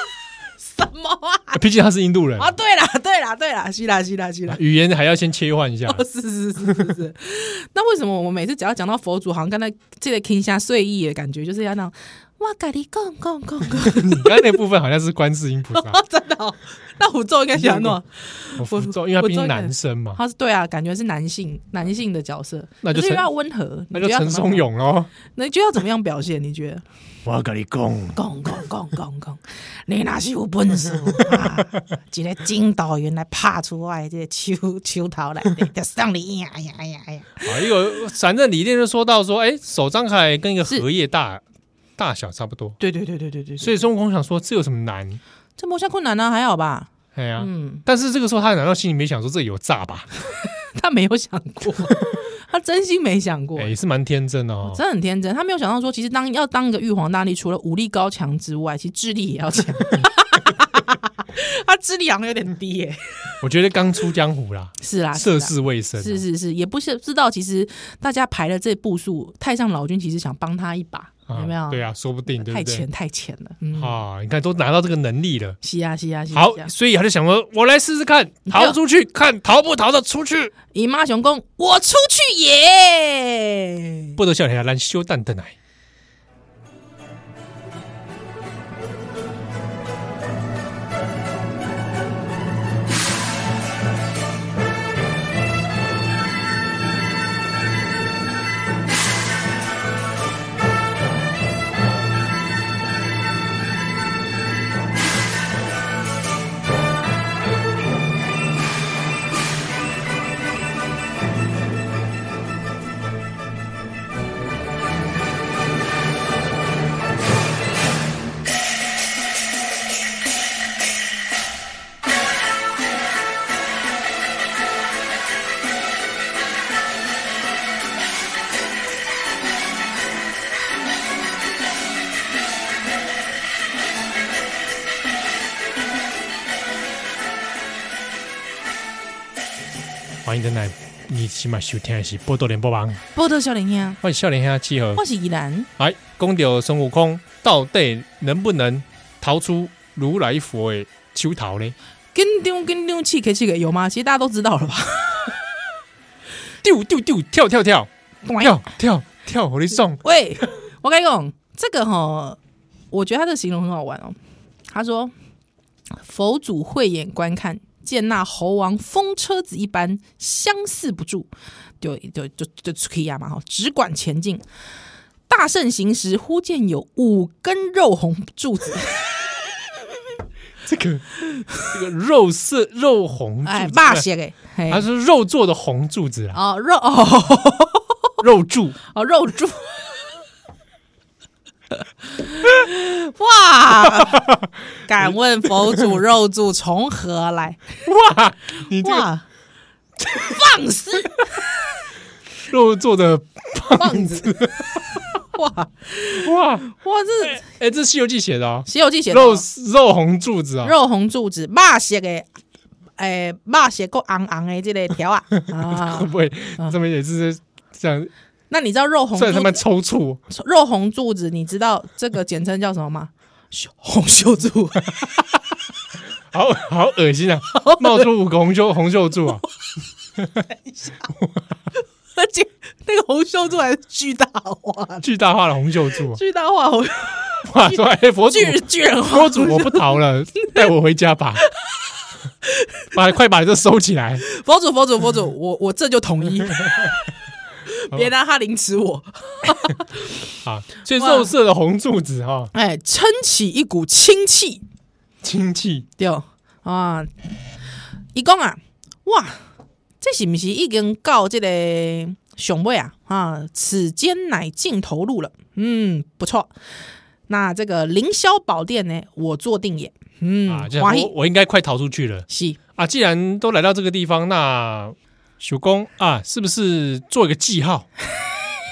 [SPEAKER 2] 什么啊？
[SPEAKER 1] 毕竟他是印度人，
[SPEAKER 2] 啊，对啦，对啦，对啦，是啦，是啦，是 啦。
[SPEAKER 1] 语言还要先切换一下。
[SPEAKER 2] 哦，是是是是是， 那为什么我们每次只要讲到佛祖，好像刚才这个听下睡意的感觉，就是要那种哇，咖喱贡贡贡贡，
[SPEAKER 1] 你刚才那部分好像是观世音菩 萨，
[SPEAKER 2] 真的哦。 那我咒应该喜欢弄，
[SPEAKER 1] 我
[SPEAKER 2] 佛
[SPEAKER 1] 符咒，因为他毕
[SPEAKER 2] 佛
[SPEAKER 1] 竟
[SPEAKER 2] 咒
[SPEAKER 1] 男生嘛，
[SPEAKER 2] 他是对啊，感觉是男性男性的角色，
[SPEAKER 1] 那就
[SPEAKER 2] 可是
[SPEAKER 1] 陈
[SPEAKER 2] 又要温和，
[SPEAKER 1] 那
[SPEAKER 2] 你
[SPEAKER 1] 就
[SPEAKER 2] 觉得要
[SPEAKER 1] 陈
[SPEAKER 2] 怎么
[SPEAKER 1] 松
[SPEAKER 2] 样，
[SPEAKER 1] 勇喽。
[SPEAKER 2] 你觉得要怎么样表现？你觉 得？
[SPEAKER 1] 我要跟你讲，
[SPEAKER 2] 讲讲讲讲讲，你若是有本事，啊、一个指导员来拍出我的这个手手头来，就送你赢哎呀哎呀哎呀！
[SPEAKER 1] 啊，一个反正理念就说到说，哎，手张开跟一个荷叶大大小差不多，
[SPEAKER 2] 对对对对对对，
[SPEAKER 1] 所以孙悟空想说这有什么难？
[SPEAKER 2] 这没啥困难啊，还好吧？
[SPEAKER 1] 哎呀、
[SPEAKER 2] 嗯，
[SPEAKER 1] 但是这个时候他难道心里没想说这有诈吧？
[SPEAKER 2] 他没有想过，他真心没想过。
[SPEAKER 1] 哎，也是蛮天真的哦。
[SPEAKER 2] 真的很天真，他没有想到说，其实当要当一个玉皇大帝，除了武力高强之外，其实智力也要强。他智力好像有点低耶、
[SPEAKER 1] 我觉得刚出江湖啦，
[SPEAKER 2] 是啦，是
[SPEAKER 1] 涉
[SPEAKER 2] 啦
[SPEAKER 1] 世未深啊，
[SPEAKER 2] 是是是，也不是知道，其实大家排了这步数，太上老君其实想帮他一把，
[SPEAKER 1] 啊
[SPEAKER 2] 有没有？
[SPEAKER 1] 对啊，说不定对
[SPEAKER 2] 太
[SPEAKER 1] 不
[SPEAKER 2] 浅
[SPEAKER 1] 对？
[SPEAKER 2] 太浅了，嗯，
[SPEAKER 1] 啊，你看都拿到这个能力了。
[SPEAKER 2] 是啊是啊是啊。
[SPEAKER 1] 好
[SPEAKER 2] 是啊，
[SPEAKER 1] 所以他就想说，我来试试看，逃出去，看逃不逃得出去。
[SPEAKER 2] 姨妈熊公，我出去耶！
[SPEAKER 1] 不得笑脸，咱修蛋蛋来。欢迎登来，你起码收听的是《波多连播王》，
[SPEAKER 2] 波特小林呀，
[SPEAKER 1] 欢迎笑脸下集合。
[SPEAKER 2] 我是依兰，
[SPEAKER 1] 来，讲到哎孙悟空到底能不能逃出如来佛的手头呢？
[SPEAKER 2] 跟丢跟丢，气给气给，有吗？其实大家都知道了吧？
[SPEAKER 1] 丢丢丢，跳跳跳，
[SPEAKER 2] 哎
[SPEAKER 1] 跳跳跳，我的送
[SPEAKER 2] 喂，我跟你讲，这个哈，我觉得他的形容很好玩哦。他说：“佛祖慧眼观看，见那猴王风车子一般，相似不住，就就就就出去呀嘛哈，只管前进。大圣行时，忽见有五根肉红柱子，
[SPEAKER 1] 这个这个肉色肉红
[SPEAKER 2] 哎，
[SPEAKER 1] 柱
[SPEAKER 2] 骂
[SPEAKER 1] 子，
[SPEAKER 2] 些给，嘿
[SPEAKER 1] 它是肉做的红柱子啊，
[SPEAKER 2] 哦肉哦
[SPEAKER 1] 肉柱。
[SPEAKER 2] 哦肉柱。”哇！敢问佛祖肉柱从何来？
[SPEAKER 1] 哇，你这个
[SPEAKER 2] 哇，放肆！
[SPEAKER 1] 肉做的
[SPEAKER 2] 棒子，哇
[SPEAKER 1] 哇，
[SPEAKER 2] 哇，这是《
[SPEAKER 1] 哎，这《西游记》写的啊，
[SPEAKER 2] 西游记》写的
[SPEAKER 1] 肉
[SPEAKER 2] 哦
[SPEAKER 1] 肉红柱子啊，
[SPEAKER 2] 肉红柱子，肉色的，诶，肉色够昂昂的这个条啊
[SPEAKER 1] 会
[SPEAKER 2] 啊！
[SPEAKER 1] 不会这么也是这样？
[SPEAKER 2] 那你知道肉红
[SPEAKER 1] 虽然他
[SPEAKER 2] 柱
[SPEAKER 1] 们抽搐，
[SPEAKER 2] 肉红柱子，你知道这个简称叫什么吗？咻红袖柱，
[SPEAKER 1] 好好恶心啊！冒出五个红袖红袖柱 啊！
[SPEAKER 2] 而且那个红袖柱还是巨大化，
[SPEAKER 1] 巨大化的红袖柱啊，
[SPEAKER 2] 巨大 化红
[SPEAKER 1] 哇！说哎，佛祖，
[SPEAKER 2] 巨巨人化
[SPEAKER 1] 佛祖，我不逃 了，带我回家吧！把快把这收起来，
[SPEAKER 2] 佛祖，佛祖，佛祖，我我这就统一，别拿它凌迟我。
[SPEAKER 1] 啊，所以肉色的红柱子哈、
[SPEAKER 2] 哎，撑起一股清气，
[SPEAKER 1] 亲戚
[SPEAKER 2] 对啊，伊讲啊，哇，这是不是已经到这个上尾啊？啊，此间乃尽头路了。嗯，不错。那这个凌霄宝殿呢，我坐定也。嗯
[SPEAKER 1] 啊，这，样
[SPEAKER 2] 欢
[SPEAKER 1] 我
[SPEAKER 2] 喜
[SPEAKER 1] 我应该快逃出去了
[SPEAKER 2] 是
[SPEAKER 1] 啊！既然都来到这个地方，那主公啊，是不是做一个记号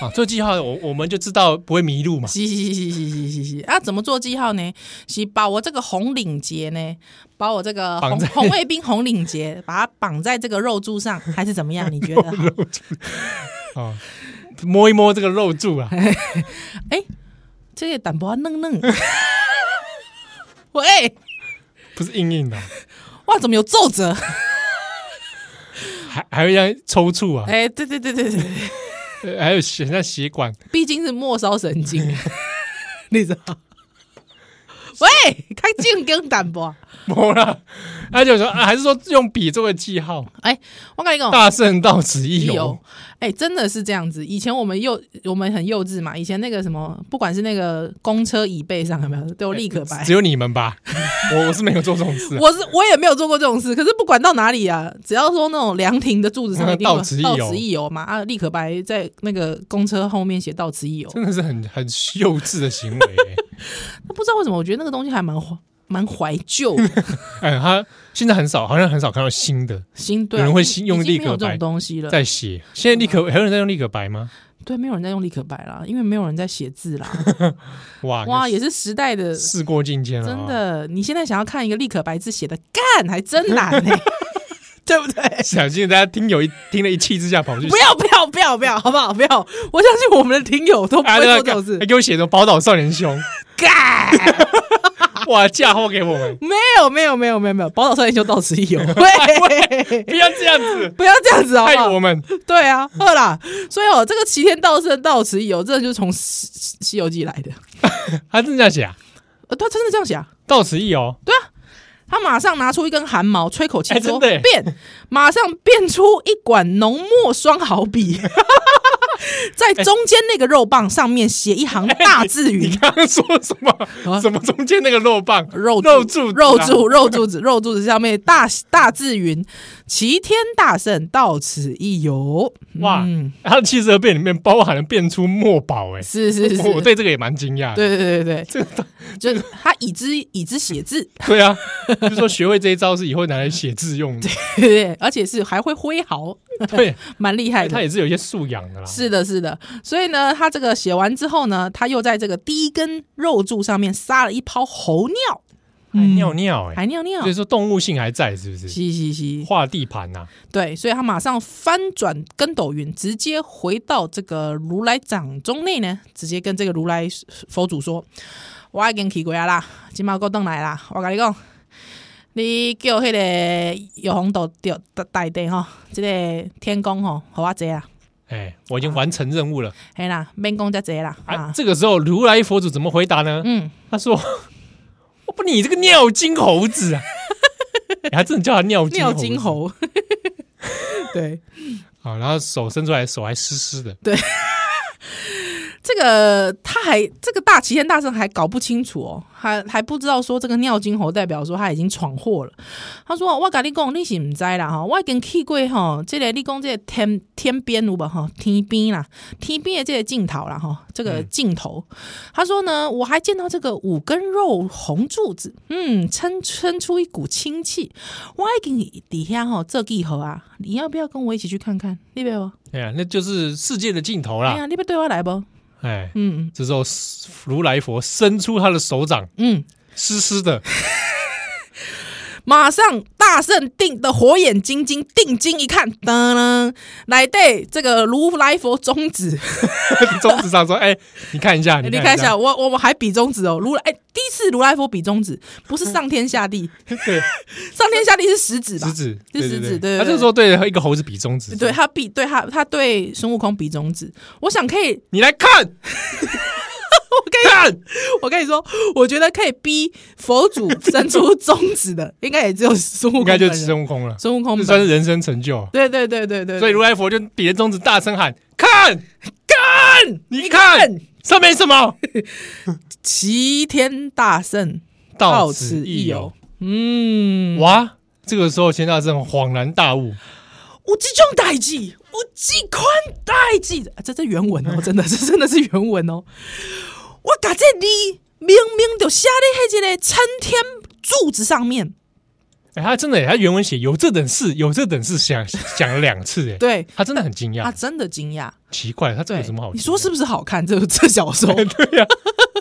[SPEAKER 1] 啊？做记号，我我们就知道不会迷路嘛。
[SPEAKER 2] 是是是是是是是啊！怎么做记号呢？是把我这个红领结呢，把我这个
[SPEAKER 1] 绑
[SPEAKER 2] 红
[SPEAKER 1] 在
[SPEAKER 2] 红卫兵红领结，把它绑在这个肉柱上，还是怎么样？你觉得好？
[SPEAKER 1] 啊，摸一摸这个肉柱啊，
[SPEAKER 2] 这个淡薄仔嫩嫩。喂，
[SPEAKER 1] 不是硬硬的啊，
[SPEAKER 2] 哇，怎么有皱褶？
[SPEAKER 1] 还还会让抽搐啊，
[SPEAKER 2] 哎、对对对对对，
[SPEAKER 1] 呃还有血像血管。
[SPEAKER 2] 毕竟是末梢神经， 你知道？喂，开进更淡薄。
[SPEAKER 1] 没了，他就说、啊，还是说用笔作为记号，
[SPEAKER 2] 哎、我跟你讲，
[SPEAKER 1] 大圣到此一游
[SPEAKER 2] 有，哎、真的是这样子。以前我们幼，我们很幼稚嘛。以前那个什么，不管是那个公车椅背上有没有，都有
[SPEAKER 1] 哎
[SPEAKER 2] 立可白
[SPEAKER 1] 只。有你们吧，我我是没有做这种事啊，
[SPEAKER 2] 我是我也没有做过这种事，可是不管到哪里啊，只要说那种凉亭的柱子上一定会
[SPEAKER 1] 到此一游
[SPEAKER 2] 到此一游嘛啊，立可白在那个公车后面写到此一游，
[SPEAKER 1] 真的是很很幼稚的行为、欸。
[SPEAKER 2] 那不知道为什么，我觉得那个东西还蛮怀蛮怀 旧的
[SPEAKER 1] 哎，他现在很少，好像很少看到新的
[SPEAKER 2] 新对啊、
[SPEAKER 1] 有人会
[SPEAKER 2] 已
[SPEAKER 1] 新用
[SPEAKER 2] 已经
[SPEAKER 1] 立
[SPEAKER 2] 没有
[SPEAKER 1] 可白
[SPEAKER 2] 这种东西了，
[SPEAKER 1] 在写。现在立
[SPEAKER 2] 嗯
[SPEAKER 1] 可还有人在用立可白吗？
[SPEAKER 2] 对，没有人在用立可白啦，因为没有人在写字 啦，
[SPEAKER 1] 哇
[SPEAKER 2] 哇，也是时代的。
[SPEAKER 1] 事过境迁了、
[SPEAKER 2] 真，的，你现在想要看一个立可白字写的干，还真难呢、 对不对？
[SPEAKER 1] 小心大家听友一听了一气之下跑去
[SPEAKER 2] 不要不要不要不要，好不好？不要！我相信我们的听友都不
[SPEAKER 1] 啊，
[SPEAKER 2] 会
[SPEAKER 1] 对
[SPEAKER 2] 做
[SPEAKER 1] 啊
[SPEAKER 2] 这种事
[SPEAKER 1] 还。给我写成宝岛少年兄，
[SPEAKER 2] 干，
[SPEAKER 1] 哇，嫁祸给我 们，
[SPEAKER 2] 没有没有没有没 有没有，宝岛少年兄到此一游，喂，
[SPEAKER 1] 不要这样子，
[SPEAKER 2] 不要这样子好
[SPEAKER 1] 害
[SPEAKER 2] 不
[SPEAKER 1] 我
[SPEAKER 2] 好？
[SPEAKER 1] 们。
[SPEAKER 2] 对啊，饿啦。所以哦，这个齐天道圣到此一游，真的就是从西《西西游记》来的。
[SPEAKER 1] 他真的这样写啊？
[SPEAKER 2] 呃，他真的这样想，
[SPEAKER 1] 到此一游，
[SPEAKER 2] 他马上拿出一根汗毛，吹口气
[SPEAKER 1] 哎
[SPEAKER 2] 说
[SPEAKER 1] 真的耶
[SPEAKER 2] 变，马上变出一管浓墨双 毫笔，在中间那个肉棒上面写一行大字
[SPEAKER 1] 你
[SPEAKER 2] 云。
[SPEAKER 1] 刚刚说什么？
[SPEAKER 2] 啊
[SPEAKER 1] 什么中间那个肉棒？
[SPEAKER 2] 肉
[SPEAKER 1] 哎肉柱子啊
[SPEAKER 2] 肉柱肉柱子肉柱子上面大大字云：“齐天大圣到此一游。”
[SPEAKER 1] 哇
[SPEAKER 2] 嗯，
[SPEAKER 1] 他的汽车变里面包含了变出墨宝，哎，
[SPEAKER 2] 是是是，
[SPEAKER 1] 我我对这个也蛮惊讶的。
[SPEAKER 2] 对对对对，这就是他以之以之写字，
[SPEAKER 1] 对啊，就说学会这一招是以后拿来写字用 的。
[SPEAKER 2] 对对对，而且是还会挥毫，
[SPEAKER 1] 对，哎
[SPEAKER 2] 蛮厉害
[SPEAKER 1] 他
[SPEAKER 2] 的。
[SPEAKER 1] 也是有一些素养的啦。
[SPEAKER 2] 是的，是的，所以呢，他这个写完之后呢，他又在这个第一根肉柱上面撒了一泡猴尿，
[SPEAKER 1] 还尿尿哎，
[SPEAKER 2] 还尿尿
[SPEAKER 1] 所以，说动物性还在是不是？
[SPEAKER 2] 嘻嘻嘻，
[SPEAKER 1] 画地盘啊呐，
[SPEAKER 2] 对，所以他马上翻转跟斗云，直接回到这个如来掌中内呢，直接跟这个如来佛祖说：“我已经去过啊啦，今嘛我倒来啦，我跟你讲，你叫迄个玉皇大帝大帝吼，这个天公吼，和我坐啊，
[SPEAKER 1] 哎，我已经完成任务了。
[SPEAKER 2] 嘿啦，免讲遮坐啦
[SPEAKER 1] 啊，
[SPEAKER 2] 啊，
[SPEAKER 1] 这个时候如来佛祖怎么回答呢？
[SPEAKER 2] 嗯，
[SPEAKER 1] 他说：“我不，你这个尿精猴子 啊！”哎他真的叫他尿精
[SPEAKER 2] 尿金
[SPEAKER 1] 子
[SPEAKER 2] 猴，对。”
[SPEAKER 1] 啊，然后手伸出来，手还湿湿的。
[SPEAKER 2] 这个他还这个大齐天大圣还搞不清楚哦，还还不知道说这个尿金猴代表说他已经闯祸了。他说：“我跟你讲，你是唔知啦哈，我已经去过哈，这个你讲这个天天边有吧哈，天边啦，天边的这个镜头啦哈，这个镜头。他说呢，我还见到这个五根肉红柱子，嗯，撑撑出一股清气。我已经底下哈这地猴啊，你要不要跟我一起去看看？你不要不？
[SPEAKER 1] 哎呀，那就是世界的尽头
[SPEAKER 2] 哎
[SPEAKER 1] 啦。
[SPEAKER 2] 呀，你不对我来不？
[SPEAKER 1] 哎，
[SPEAKER 2] 嗯
[SPEAKER 1] 这时候如来佛伸出他的手掌，
[SPEAKER 2] 嗯。”
[SPEAKER 1] 湿湿的，
[SPEAKER 2] 马上大圣定的火眼金睛定睛一看，噔噔，来对这个如来佛中指，
[SPEAKER 1] 中指上说：“哎，你看一下，
[SPEAKER 2] 你
[SPEAKER 1] 看
[SPEAKER 2] 看一下，，我我我还比中指哦，如来哎，第一次如来佛比中指，不是上天下 地，
[SPEAKER 1] 对，
[SPEAKER 2] 上天下地是食指吧
[SPEAKER 1] 食？指，
[SPEAKER 2] 是食指对对对
[SPEAKER 1] 他这时候对一个猴子比中指，
[SPEAKER 2] 对，他比对他他对孙悟空比中指，我想可以，
[SPEAKER 1] 你来 看，我看，
[SPEAKER 2] 我跟你说，我觉得可以逼佛祖伸出中指的，应该也只有孙悟
[SPEAKER 1] 应
[SPEAKER 2] 空本
[SPEAKER 1] 该
[SPEAKER 2] 人，
[SPEAKER 1] 就是孙悟空了，
[SPEAKER 2] 孙悟空
[SPEAKER 1] 这
[SPEAKER 2] 本
[SPEAKER 1] 算
[SPEAKER 2] 人，
[SPEAKER 1] 是人生成就。
[SPEAKER 2] 对对对对对，
[SPEAKER 1] 所以如来佛就比着中指大声喊：看，看，你看
[SPEAKER 2] 看
[SPEAKER 1] 上面什么？
[SPEAKER 2] 齐天大圣
[SPEAKER 1] 到
[SPEAKER 2] 此
[SPEAKER 1] 此
[SPEAKER 2] 一
[SPEAKER 1] 一
[SPEAKER 2] 游
[SPEAKER 1] 游。
[SPEAKER 2] 嗯，
[SPEAKER 1] 哇！这个时候，钱大圣恍然大悟，
[SPEAKER 2] 有这种代志，有这款代志，啊这这原文 哦，真的是真的是原文哦。我把这字明明就写在迄个撑天柱子上面，
[SPEAKER 1] 哎，他真的耶，他原文写有这等事，有这等事，想想了两次，哎，
[SPEAKER 2] 对
[SPEAKER 1] 他真的很惊
[SPEAKER 2] 他
[SPEAKER 1] 讶，
[SPEAKER 2] 真的惊讶。
[SPEAKER 1] 奇怪，他这
[SPEAKER 2] 对，
[SPEAKER 1] 有什么好？
[SPEAKER 2] 你说是？不是好看？这这小 说，
[SPEAKER 1] 对呀，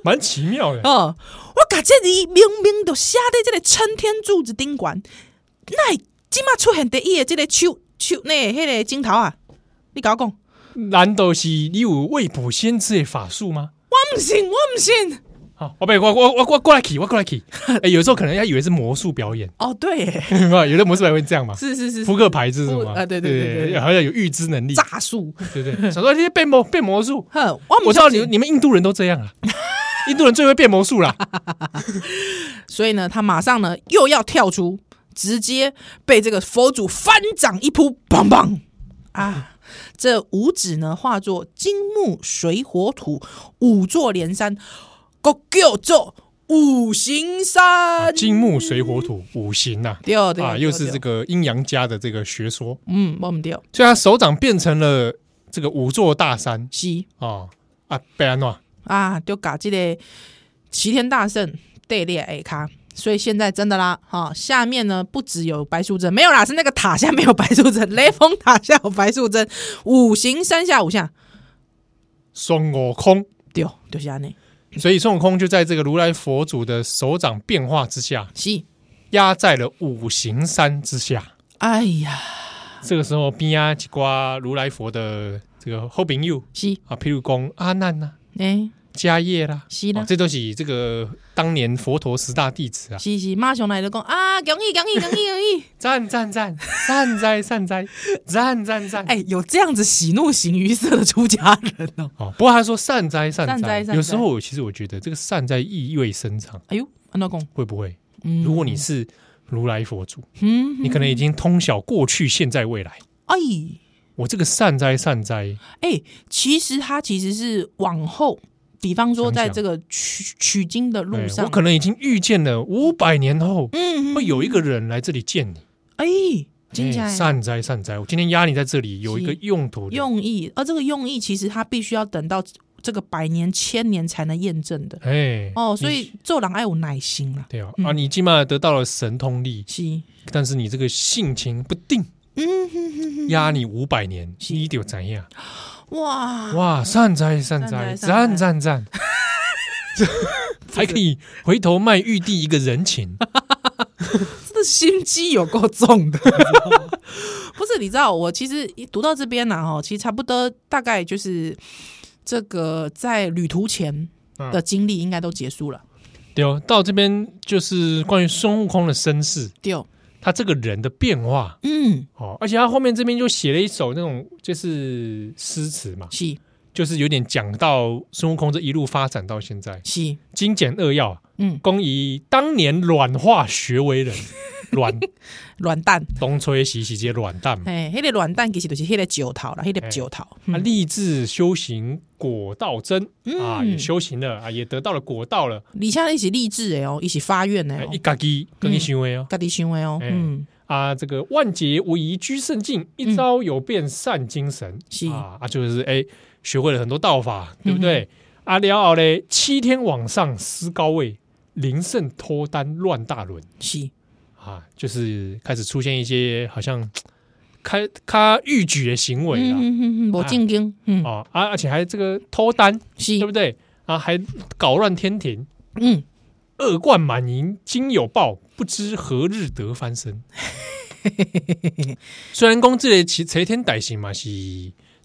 [SPEAKER 1] 蛮奇妙 的。
[SPEAKER 2] 嗯，我把这字明明就写在这个撑天柱子顶管，那今嘛出现第一的这个手手呢，迄、那个镜头啊，你甲我讲，我
[SPEAKER 1] 难道是你有未卜先知的法术吗？
[SPEAKER 2] 不信，我不信。
[SPEAKER 1] 好，我被我我我我过来起，我过来 起。哎，有时候可能人家以为是魔术表演，
[SPEAKER 2] 哦，对耶，
[SPEAKER 1] 有的魔术表演会这样嘛，
[SPEAKER 2] 是是是是
[SPEAKER 1] 扑克牌是什
[SPEAKER 2] 扑
[SPEAKER 1] 么嘛？
[SPEAKER 2] 啊对对对对对
[SPEAKER 1] 好像有预知能力，
[SPEAKER 2] 诈术。
[SPEAKER 1] 对对。 想说这些变魔变魔术，
[SPEAKER 2] 哼，我
[SPEAKER 1] 我
[SPEAKER 2] 不
[SPEAKER 1] 知道
[SPEAKER 2] 相
[SPEAKER 1] 你
[SPEAKER 2] 信。
[SPEAKER 1] 你们印度人都这样 啊，印度人最会变魔术啦。
[SPEAKER 2] 所以呢，他马上呢又要跳出，直接被这个佛祖翻掌一扑，梆梆啊！这五指呢化作金木水火土五座连山，个叫做五行
[SPEAKER 1] 啊
[SPEAKER 2] 山。
[SPEAKER 1] 金木水火土五行呐、
[SPEAKER 2] 对哦
[SPEAKER 1] 啊，
[SPEAKER 2] 对
[SPEAKER 1] 啊，
[SPEAKER 2] 对
[SPEAKER 1] 又是这
[SPEAKER 2] 对
[SPEAKER 1] 个阴阳家的这个学说，
[SPEAKER 2] 嗯，忘不掉
[SPEAKER 1] 所以他手掌变成了这个五座大山
[SPEAKER 2] 是
[SPEAKER 1] 啊啊，贝安诺
[SPEAKER 2] 啊，就搞这个齐天大圣队列 A 咖。所以现在真的啦，哈、下面呢不只有白素贞，没有啦，是那个塔下面有白素贞，雷峰塔下有白素贞，五行山下五下，
[SPEAKER 1] 孙悟空，
[SPEAKER 2] 丢丢下呢，
[SPEAKER 1] 所以孙悟空就在这个如来佛祖的手掌变化之下，
[SPEAKER 2] 是，
[SPEAKER 1] 压在了五行山之下。
[SPEAKER 2] 哎呀，
[SPEAKER 1] 这个时候，边啊几瓜如来佛的这个后朋友
[SPEAKER 2] 是，
[SPEAKER 1] 啊，譬如讲阿难呐、
[SPEAKER 2] 哎、
[SPEAKER 1] 迦叶啦，
[SPEAKER 2] 是啦
[SPEAKER 1] 哦这都是这个当年佛陀十大弟子啊，
[SPEAKER 2] 是是，马上来就讲啊，恭喜恭喜恭喜恭喜，
[SPEAKER 1] 赞赞赞赞哉赞哉赞赞赞！
[SPEAKER 2] 哎、有这样子喜怒形于色的出家人哦，
[SPEAKER 1] 哦，不过他说善哉善
[SPEAKER 2] 善哉
[SPEAKER 1] 哉，
[SPEAKER 2] 善哉
[SPEAKER 1] 有时候我其实我觉得这个善哉意味深长，
[SPEAKER 2] 哎呦，安老公，
[SPEAKER 1] 会不会？
[SPEAKER 2] 嗯
[SPEAKER 1] 如果你是如来佛祖，
[SPEAKER 2] 嗯，
[SPEAKER 1] 你可能已经通晓过去、现在、未来。
[SPEAKER 2] 哎
[SPEAKER 1] 我这个善哉善哉，
[SPEAKER 2] 哎、其实他其实是往后，比方说在
[SPEAKER 1] 想想
[SPEAKER 2] 这个取取经的路
[SPEAKER 1] 哎
[SPEAKER 2] 上，
[SPEAKER 1] 我可能已经预见了五百年后
[SPEAKER 2] 嗯，
[SPEAKER 1] 会有一个人来这里见你。
[SPEAKER 2] 哎，听起
[SPEAKER 1] 哎
[SPEAKER 2] 来
[SPEAKER 1] 善哉善哉，我今天压你在这里有一个
[SPEAKER 2] 是
[SPEAKER 1] 用途的，
[SPEAKER 2] 用意，啊而这个用意其实他必须要等到这个百年、千年才能验证的
[SPEAKER 1] 哎
[SPEAKER 2] 哦，所
[SPEAKER 1] 你
[SPEAKER 2] 以嗯做人爱有耐心啦，
[SPEAKER 1] 对啊啊，你起码得到了神通力，
[SPEAKER 2] 是，
[SPEAKER 1] 但是你这个性情不定，
[SPEAKER 2] 嗯哼哼哼，
[SPEAKER 1] 压你五百年，你就怎样？
[SPEAKER 2] 哇，
[SPEAKER 1] 哇，善哉善哉，
[SPEAKER 2] 哉
[SPEAKER 1] 赞
[SPEAKER 2] 善哉
[SPEAKER 1] 赞 赞！还可以回头卖玉帝一个人 情，
[SPEAKER 2] 这个心机有够 重的。你知道吗不是，你知道我其实一读到这边呢，哈，其实差不多大概就是这个在旅途前
[SPEAKER 1] 嗯
[SPEAKER 2] 的经历应该都结束了。
[SPEAKER 1] 对哦。到这边就是关于孙悟空的身世，
[SPEAKER 2] 丢，
[SPEAKER 1] 他这个人的变化
[SPEAKER 2] 嗯，
[SPEAKER 1] 哦，而且他后面这边就写了一首那种就是诗词嘛，
[SPEAKER 2] 是
[SPEAKER 1] 就是有点讲到孙悟空这一路发展到现在，
[SPEAKER 2] 是，
[SPEAKER 1] 精简扼要，
[SPEAKER 2] 嗯，
[SPEAKER 1] 公以当年软化学为人，卵
[SPEAKER 2] 卵蛋，
[SPEAKER 1] 东吹西洗这些卵蛋 嘛。
[SPEAKER 2] 哎，迄个卵蛋其实就是迄个石头啦，迄个石头。
[SPEAKER 1] 他立志修行果道真
[SPEAKER 2] 嗯
[SPEAKER 1] 啊，也修行了啊，也得到了果道了，
[SPEAKER 2] 而且伊是励志的哦，伊是发愿的
[SPEAKER 1] 哎
[SPEAKER 2] 哦
[SPEAKER 1] 一，嘎叽跟你行为哦
[SPEAKER 2] 家己想的哦，
[SPEAKER 1] 哎
[SPEAKER 2] 嗯，
[SPEAKER 1] 啊，这个万劫无疑居圣境，一朝有变善精神
[SPEAKER 2] 是
[SPEAKER 1] 啊啊，就是哎学会了很多道法，对不对？啊，了后嘞，七天往上思高位，临胜脱单乱大轮。
[SPEAKER 2] 是，
[SPEAKER 1] 啊，就是开始出现一些好像开他欲举的行为啊，
[SPEAKER 2] 嗯嗯嗯，无正经，嗯，
[SPEAKER 1] 哦啊，而且还这个偷单，
[SPEAKER 2] 是
[SPEAKER 1] 对，不对？啊，还搞乱天庭，
[SPEAKER 2] 嗯，
[SPEAKER 1] 恶贯满盈，今有报，不知何日得翻身。 虽然讲这个其齐天歹行嘛是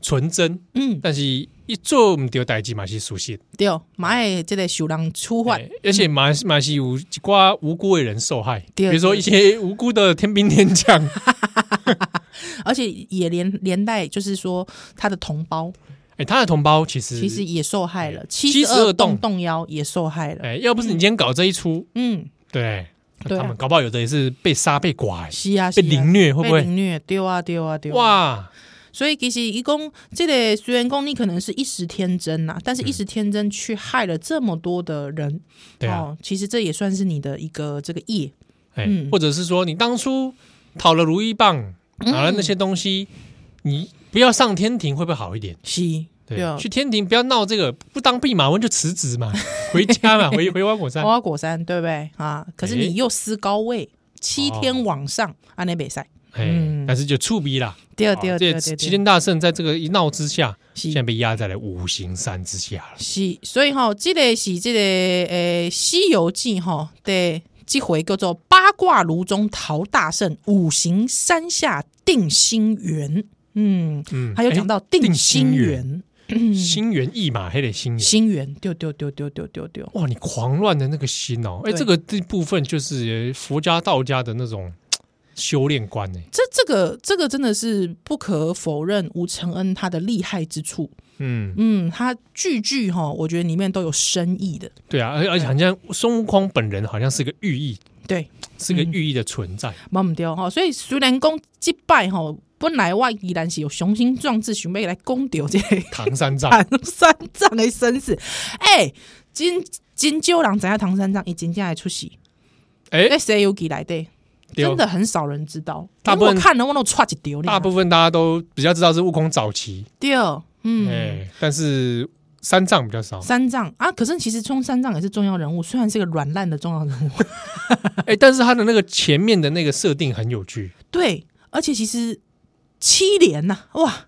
[SPEAKER 1] 纯真，
[SPEAKER 2] 嗯，
[SPEAKER 1] 但是一做唔对代志嘛是属实，
[SPEAKER 2] 对，哦嘛会即个受人处罚，
[SPEAKER 1] 哎而且嘛是嘛是有一挂无辜的人受害，比
[SPEAKER 2] 嗯对啊
[SPEAKER 1] 如说一些无辜的天兵天将，
[SPEAKER 2] 而且也连连带就是说他的同胞
[SPEAKER 1] 哎，他的同胞其实
[SPEAKER 2] 其实也受害
[SPEAKER 1] 哎
[SPEAKER 2] 了，七十
[SPEAKER 1] 72
[SPEAKER 2] 二
[SPEAKER 1] 栋
[SPEAKER 2] 栋动摇也受害了，
[SPEAKER 1] 哎，要不是你今天搞这一出，
[SPEAKER 2] 嗯，
[SPEAKER 1] 对，
[SPEAKER 2] 对啊
[SPEAKER 1] 他们搞不好有的也是被杀、被剐、
[SPEAKER 2] 是啊，
[SPEAKER 1] 哎被
[SPEAKER 2] 是啊
[SPEAKER 1] 凌虐，会不
[SPEAKER 2] 被
[SPEAKER 1] 会？
[SPEAKER 2] 凌虐，对啊，对啊，对啊。
[SPEAKER 1] 哇，
[SPEAKER 2] 所以其实一共这个虽然讲你可能是一时天真呐、
[SPEAKER 1] 嗯
[SPEAKER 2] 但是一时天真去害了这么多的人，
[SPEAKER 1] 对啊，
[SPEAKER 2] 哦，其实这也算是你的一个这个业，
[SPEAKER 1] 哎，
[SPEAKER 2] 嗯
[SPEAKER 1] 或者是说你当初讨了如意棒，拿了那些东西，你不要上天庭，会不会好一点？
[SPEAKER 2] 是，对啊
[SPEAKER 1] 对，，去天庭不要闹这个，不当弼马温就辞职 嘛，回家嘛，回回花果山
[SPEAKER 2] 花。果山对不对啊？可是你又思高位，七天往
[SPEAKER 1] 哦
[SPEAKER 2] 上，啊安内北赛，
[SPEAKER 1] 哎
[SPEAKER 2] 嗯，
[SPEAKER 1] 但是就触鼻啦。
[SPEAKER 2] 第二
[SPEAKER 1] 啊
[SPEAKER 2] 第二第
[SPEAKER 1] 这
[SPEAKER 2] 二第
[SPEAKER 1] 齐
[SPEAKER 2] 二，
[SPEAKER 1] 天大圣在这个一闹之下，现在
[SPEAKER 2] 是
[SPEAKER 1] 被压在了五行山之下了。
[SPEAKER 2] 是，所以哈，这个是这个诶《西游记》哈的这回叫做八卦炉中淘大圣，五行山下定心圆，嗯。
[SPEAKER 1] 嗯，
[SPEAKER 2] 还有讲嗯
[SPEAKER 1] 哎
[SPEAKER 2] 到定
[SPEAKER 1] 定
[SPEAKER 2] 心
[SPEAKER 1] 心圆
[SPEAKER 2] 圆，
[SPEAKER 1] 心猿意马，还得心猿。
[SPEAKER 2] 心猿丢丢丢丢丢丢丢，
[SPEAKER 1] 哇，你狂乱的那个心哦，哎，
[SPEAKER 2] 对
[SPEAKER 1] 这个这部分就是呃佛家、道家的那种嘖修炼观呢。
[SPEAKER 2] 这这个这个真的是不可否认吴承恩他的厉害之处。
[SPEAKER 1] 嗯，
[SPEAKER 2] 嗯，他句句哈，我觉得里面都有深意的。
[SPEAKER 1] 对啊，而而且好像孙悟空本人好像是个寓意，
[SPEAKER 2] 对，
[SPEAKER 1] 是个寓意的存在。
[SPEAKER 2] 忘唔哦掉哈。所以虽然讲击败哈，本来我依然是有雄心壮志，想要来攻掉这 个
[SPEAKER 1] 唐三 藏，
[SPEAKER 2] 唐三藏的身世。哎、真真少人知影唐三藏，伊真正会出席。
[SPEAKER 1] 哎
[SPEAKER 2] 在《西游记》来的，
[SPEAKER 1] 对哦
[SPEAKER 2] 真的很少人知道。
[SPEAKER 1] 大部分
[SPEAKER 2] 因为我看了，我都差一丢。
[SPEAKER 1] 大部分大家都比较知道是悟空早期，
[SPEAKER 2] 对，嗯，
[SPEAKER 1] 哎，但是三藏比较少。
[SPEAKER 2] 三藏啊，可是其实冲三藏也是重要人物，虽然是个软烂的重要人物，
[SPEAKER 1] 哎，但是他的那个前面的那个设定很有趣，
[SPEAKER 2] 对，而且其实七连呐、哇，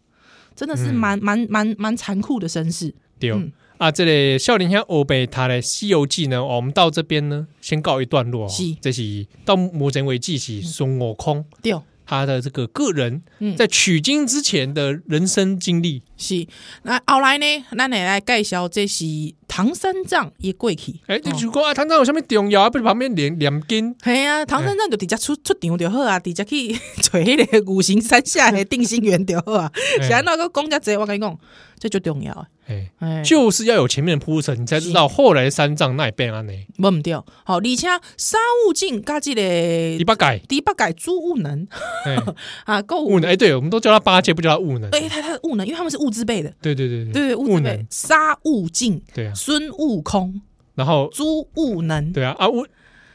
[SPEAKER 2] 真的是蛮蛮蛮蛮残酷的身世，
[SPEAKER 1] 对哦
[SPEAKER 2] 嗯
[SPEAKER 1] 啊，这里笑脸香欧贝他的《西游记》呢，哦我们到这边呢，先告一段落哦
[SPEAKER 2] 是。
[SPEAKER 1] 这是到魔神为记起孙悟空。
[SPEAKER 2] 对，
[SPEAKER 1] 他的这个个人
[SPEAKER 2] 嗯
[SPEAKER 1] 在取经之前的人生经历，
[SPEAKER 2] 是。那后来呢，咱来来介绍这是唐三藏也过去，
[SPEAKER 1] 哎、你如果啊，唐三有什么重要啊？不是旁边连两根，
[SPEAKER 2] 系啊，唐三藏就直接出出场就好啊，直接去 找迄个五行山下的定心丸就 好啊。
[SPEAKER 1] 哎
[SPEAKER 2] 是安那个讲遮济，我跟你讲，这就重要的，
[SPEAKER 1] 哎、
[SPEAKER 2] 哎
[SPEAKER 1] 就是要有前面的铺陈，你才知道后来三藏那一边啊呢，
[SPEAKER 2] 无毋对，好，而且沙悟净甲即个
[SPEAKER 1] 第八改，
[SPEAKER 2] 第八改朱悟能
[SPEAKER 1] 哎、
[SPEAKER 2] 啊，够
[SPEAKER 1] 悟能，哎、对，我们都叫他八戒，不叫他悟能，
[SPEAKER 2] 哎、他他的悟能，因为他们是悟之辈的，
[SPEAKER 1] 对对对
[SPEAKER 2] 对对，
[SPEAKER 1] 悟
[SPEAKER 2] 悟之
[SPEAKER 1] 能
[SPEAKER 2] 辈，，沙悟净、
[SPEAKER 1] 对啊，
[SPEAKER 2] 孙悟空、
[SPEAKER 1] 然后
[SPEAKER 2] 朱悟能，
[SPEAKER 1] 对啊啊悟，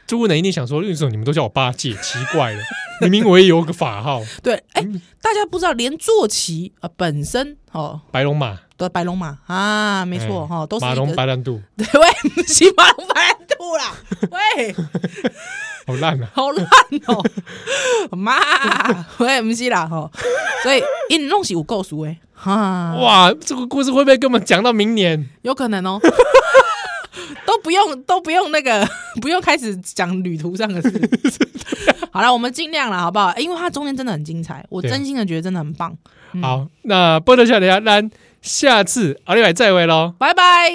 [SPEAKER 1] 这悟能一定想说，为什么你们都叫我八戒？奇怪 了，明明我也有个法号，
[SPEAKER 2] 对，哎、
[SPEAKER 1] 嗯
[SPEAKER 2] 大家不知道，连坐骑啊、呃本身哦
[SPEAKER 1] 白龙马，
[SPEAKER 2] 的白龙马啊，没错
[SPEAKER 1] 哎
[SPEAKER 2] 哈、哦，都是
[SPEAKER 1] 马
[SPEAKER 2] 一
[SPEAKER 1] 龙
[SPEAKER 2] 个
[SPEAKER 1] 白兰度，
[SPEAKER 2] 对，喂，不是马龙白兰度 啦，喂，
[SPEAKER 1] 好烂啊，
[SPEAKER 2] 好烂哦、 妈，喂，不是啦吼、哦，所以因拢是有故事诶，哈、
[SPEAKER 1] 哇，这个故事会不会跟我们讲到明年？
[SPEAKER 2] 有可 能哦，都不用都不用那个 不用开始讲旅途上 的事。好了，我们尽量了，好不好？因为它中间真的很精彩，我
[SPEAKER 1] 对啊
[SPEAKER 2] 真心的觉得真的很棒。
[SPEAKER 1] 好，那波特笑脸，咱下次奥利来再会喽。
[SPEAKER 2] 拜拜。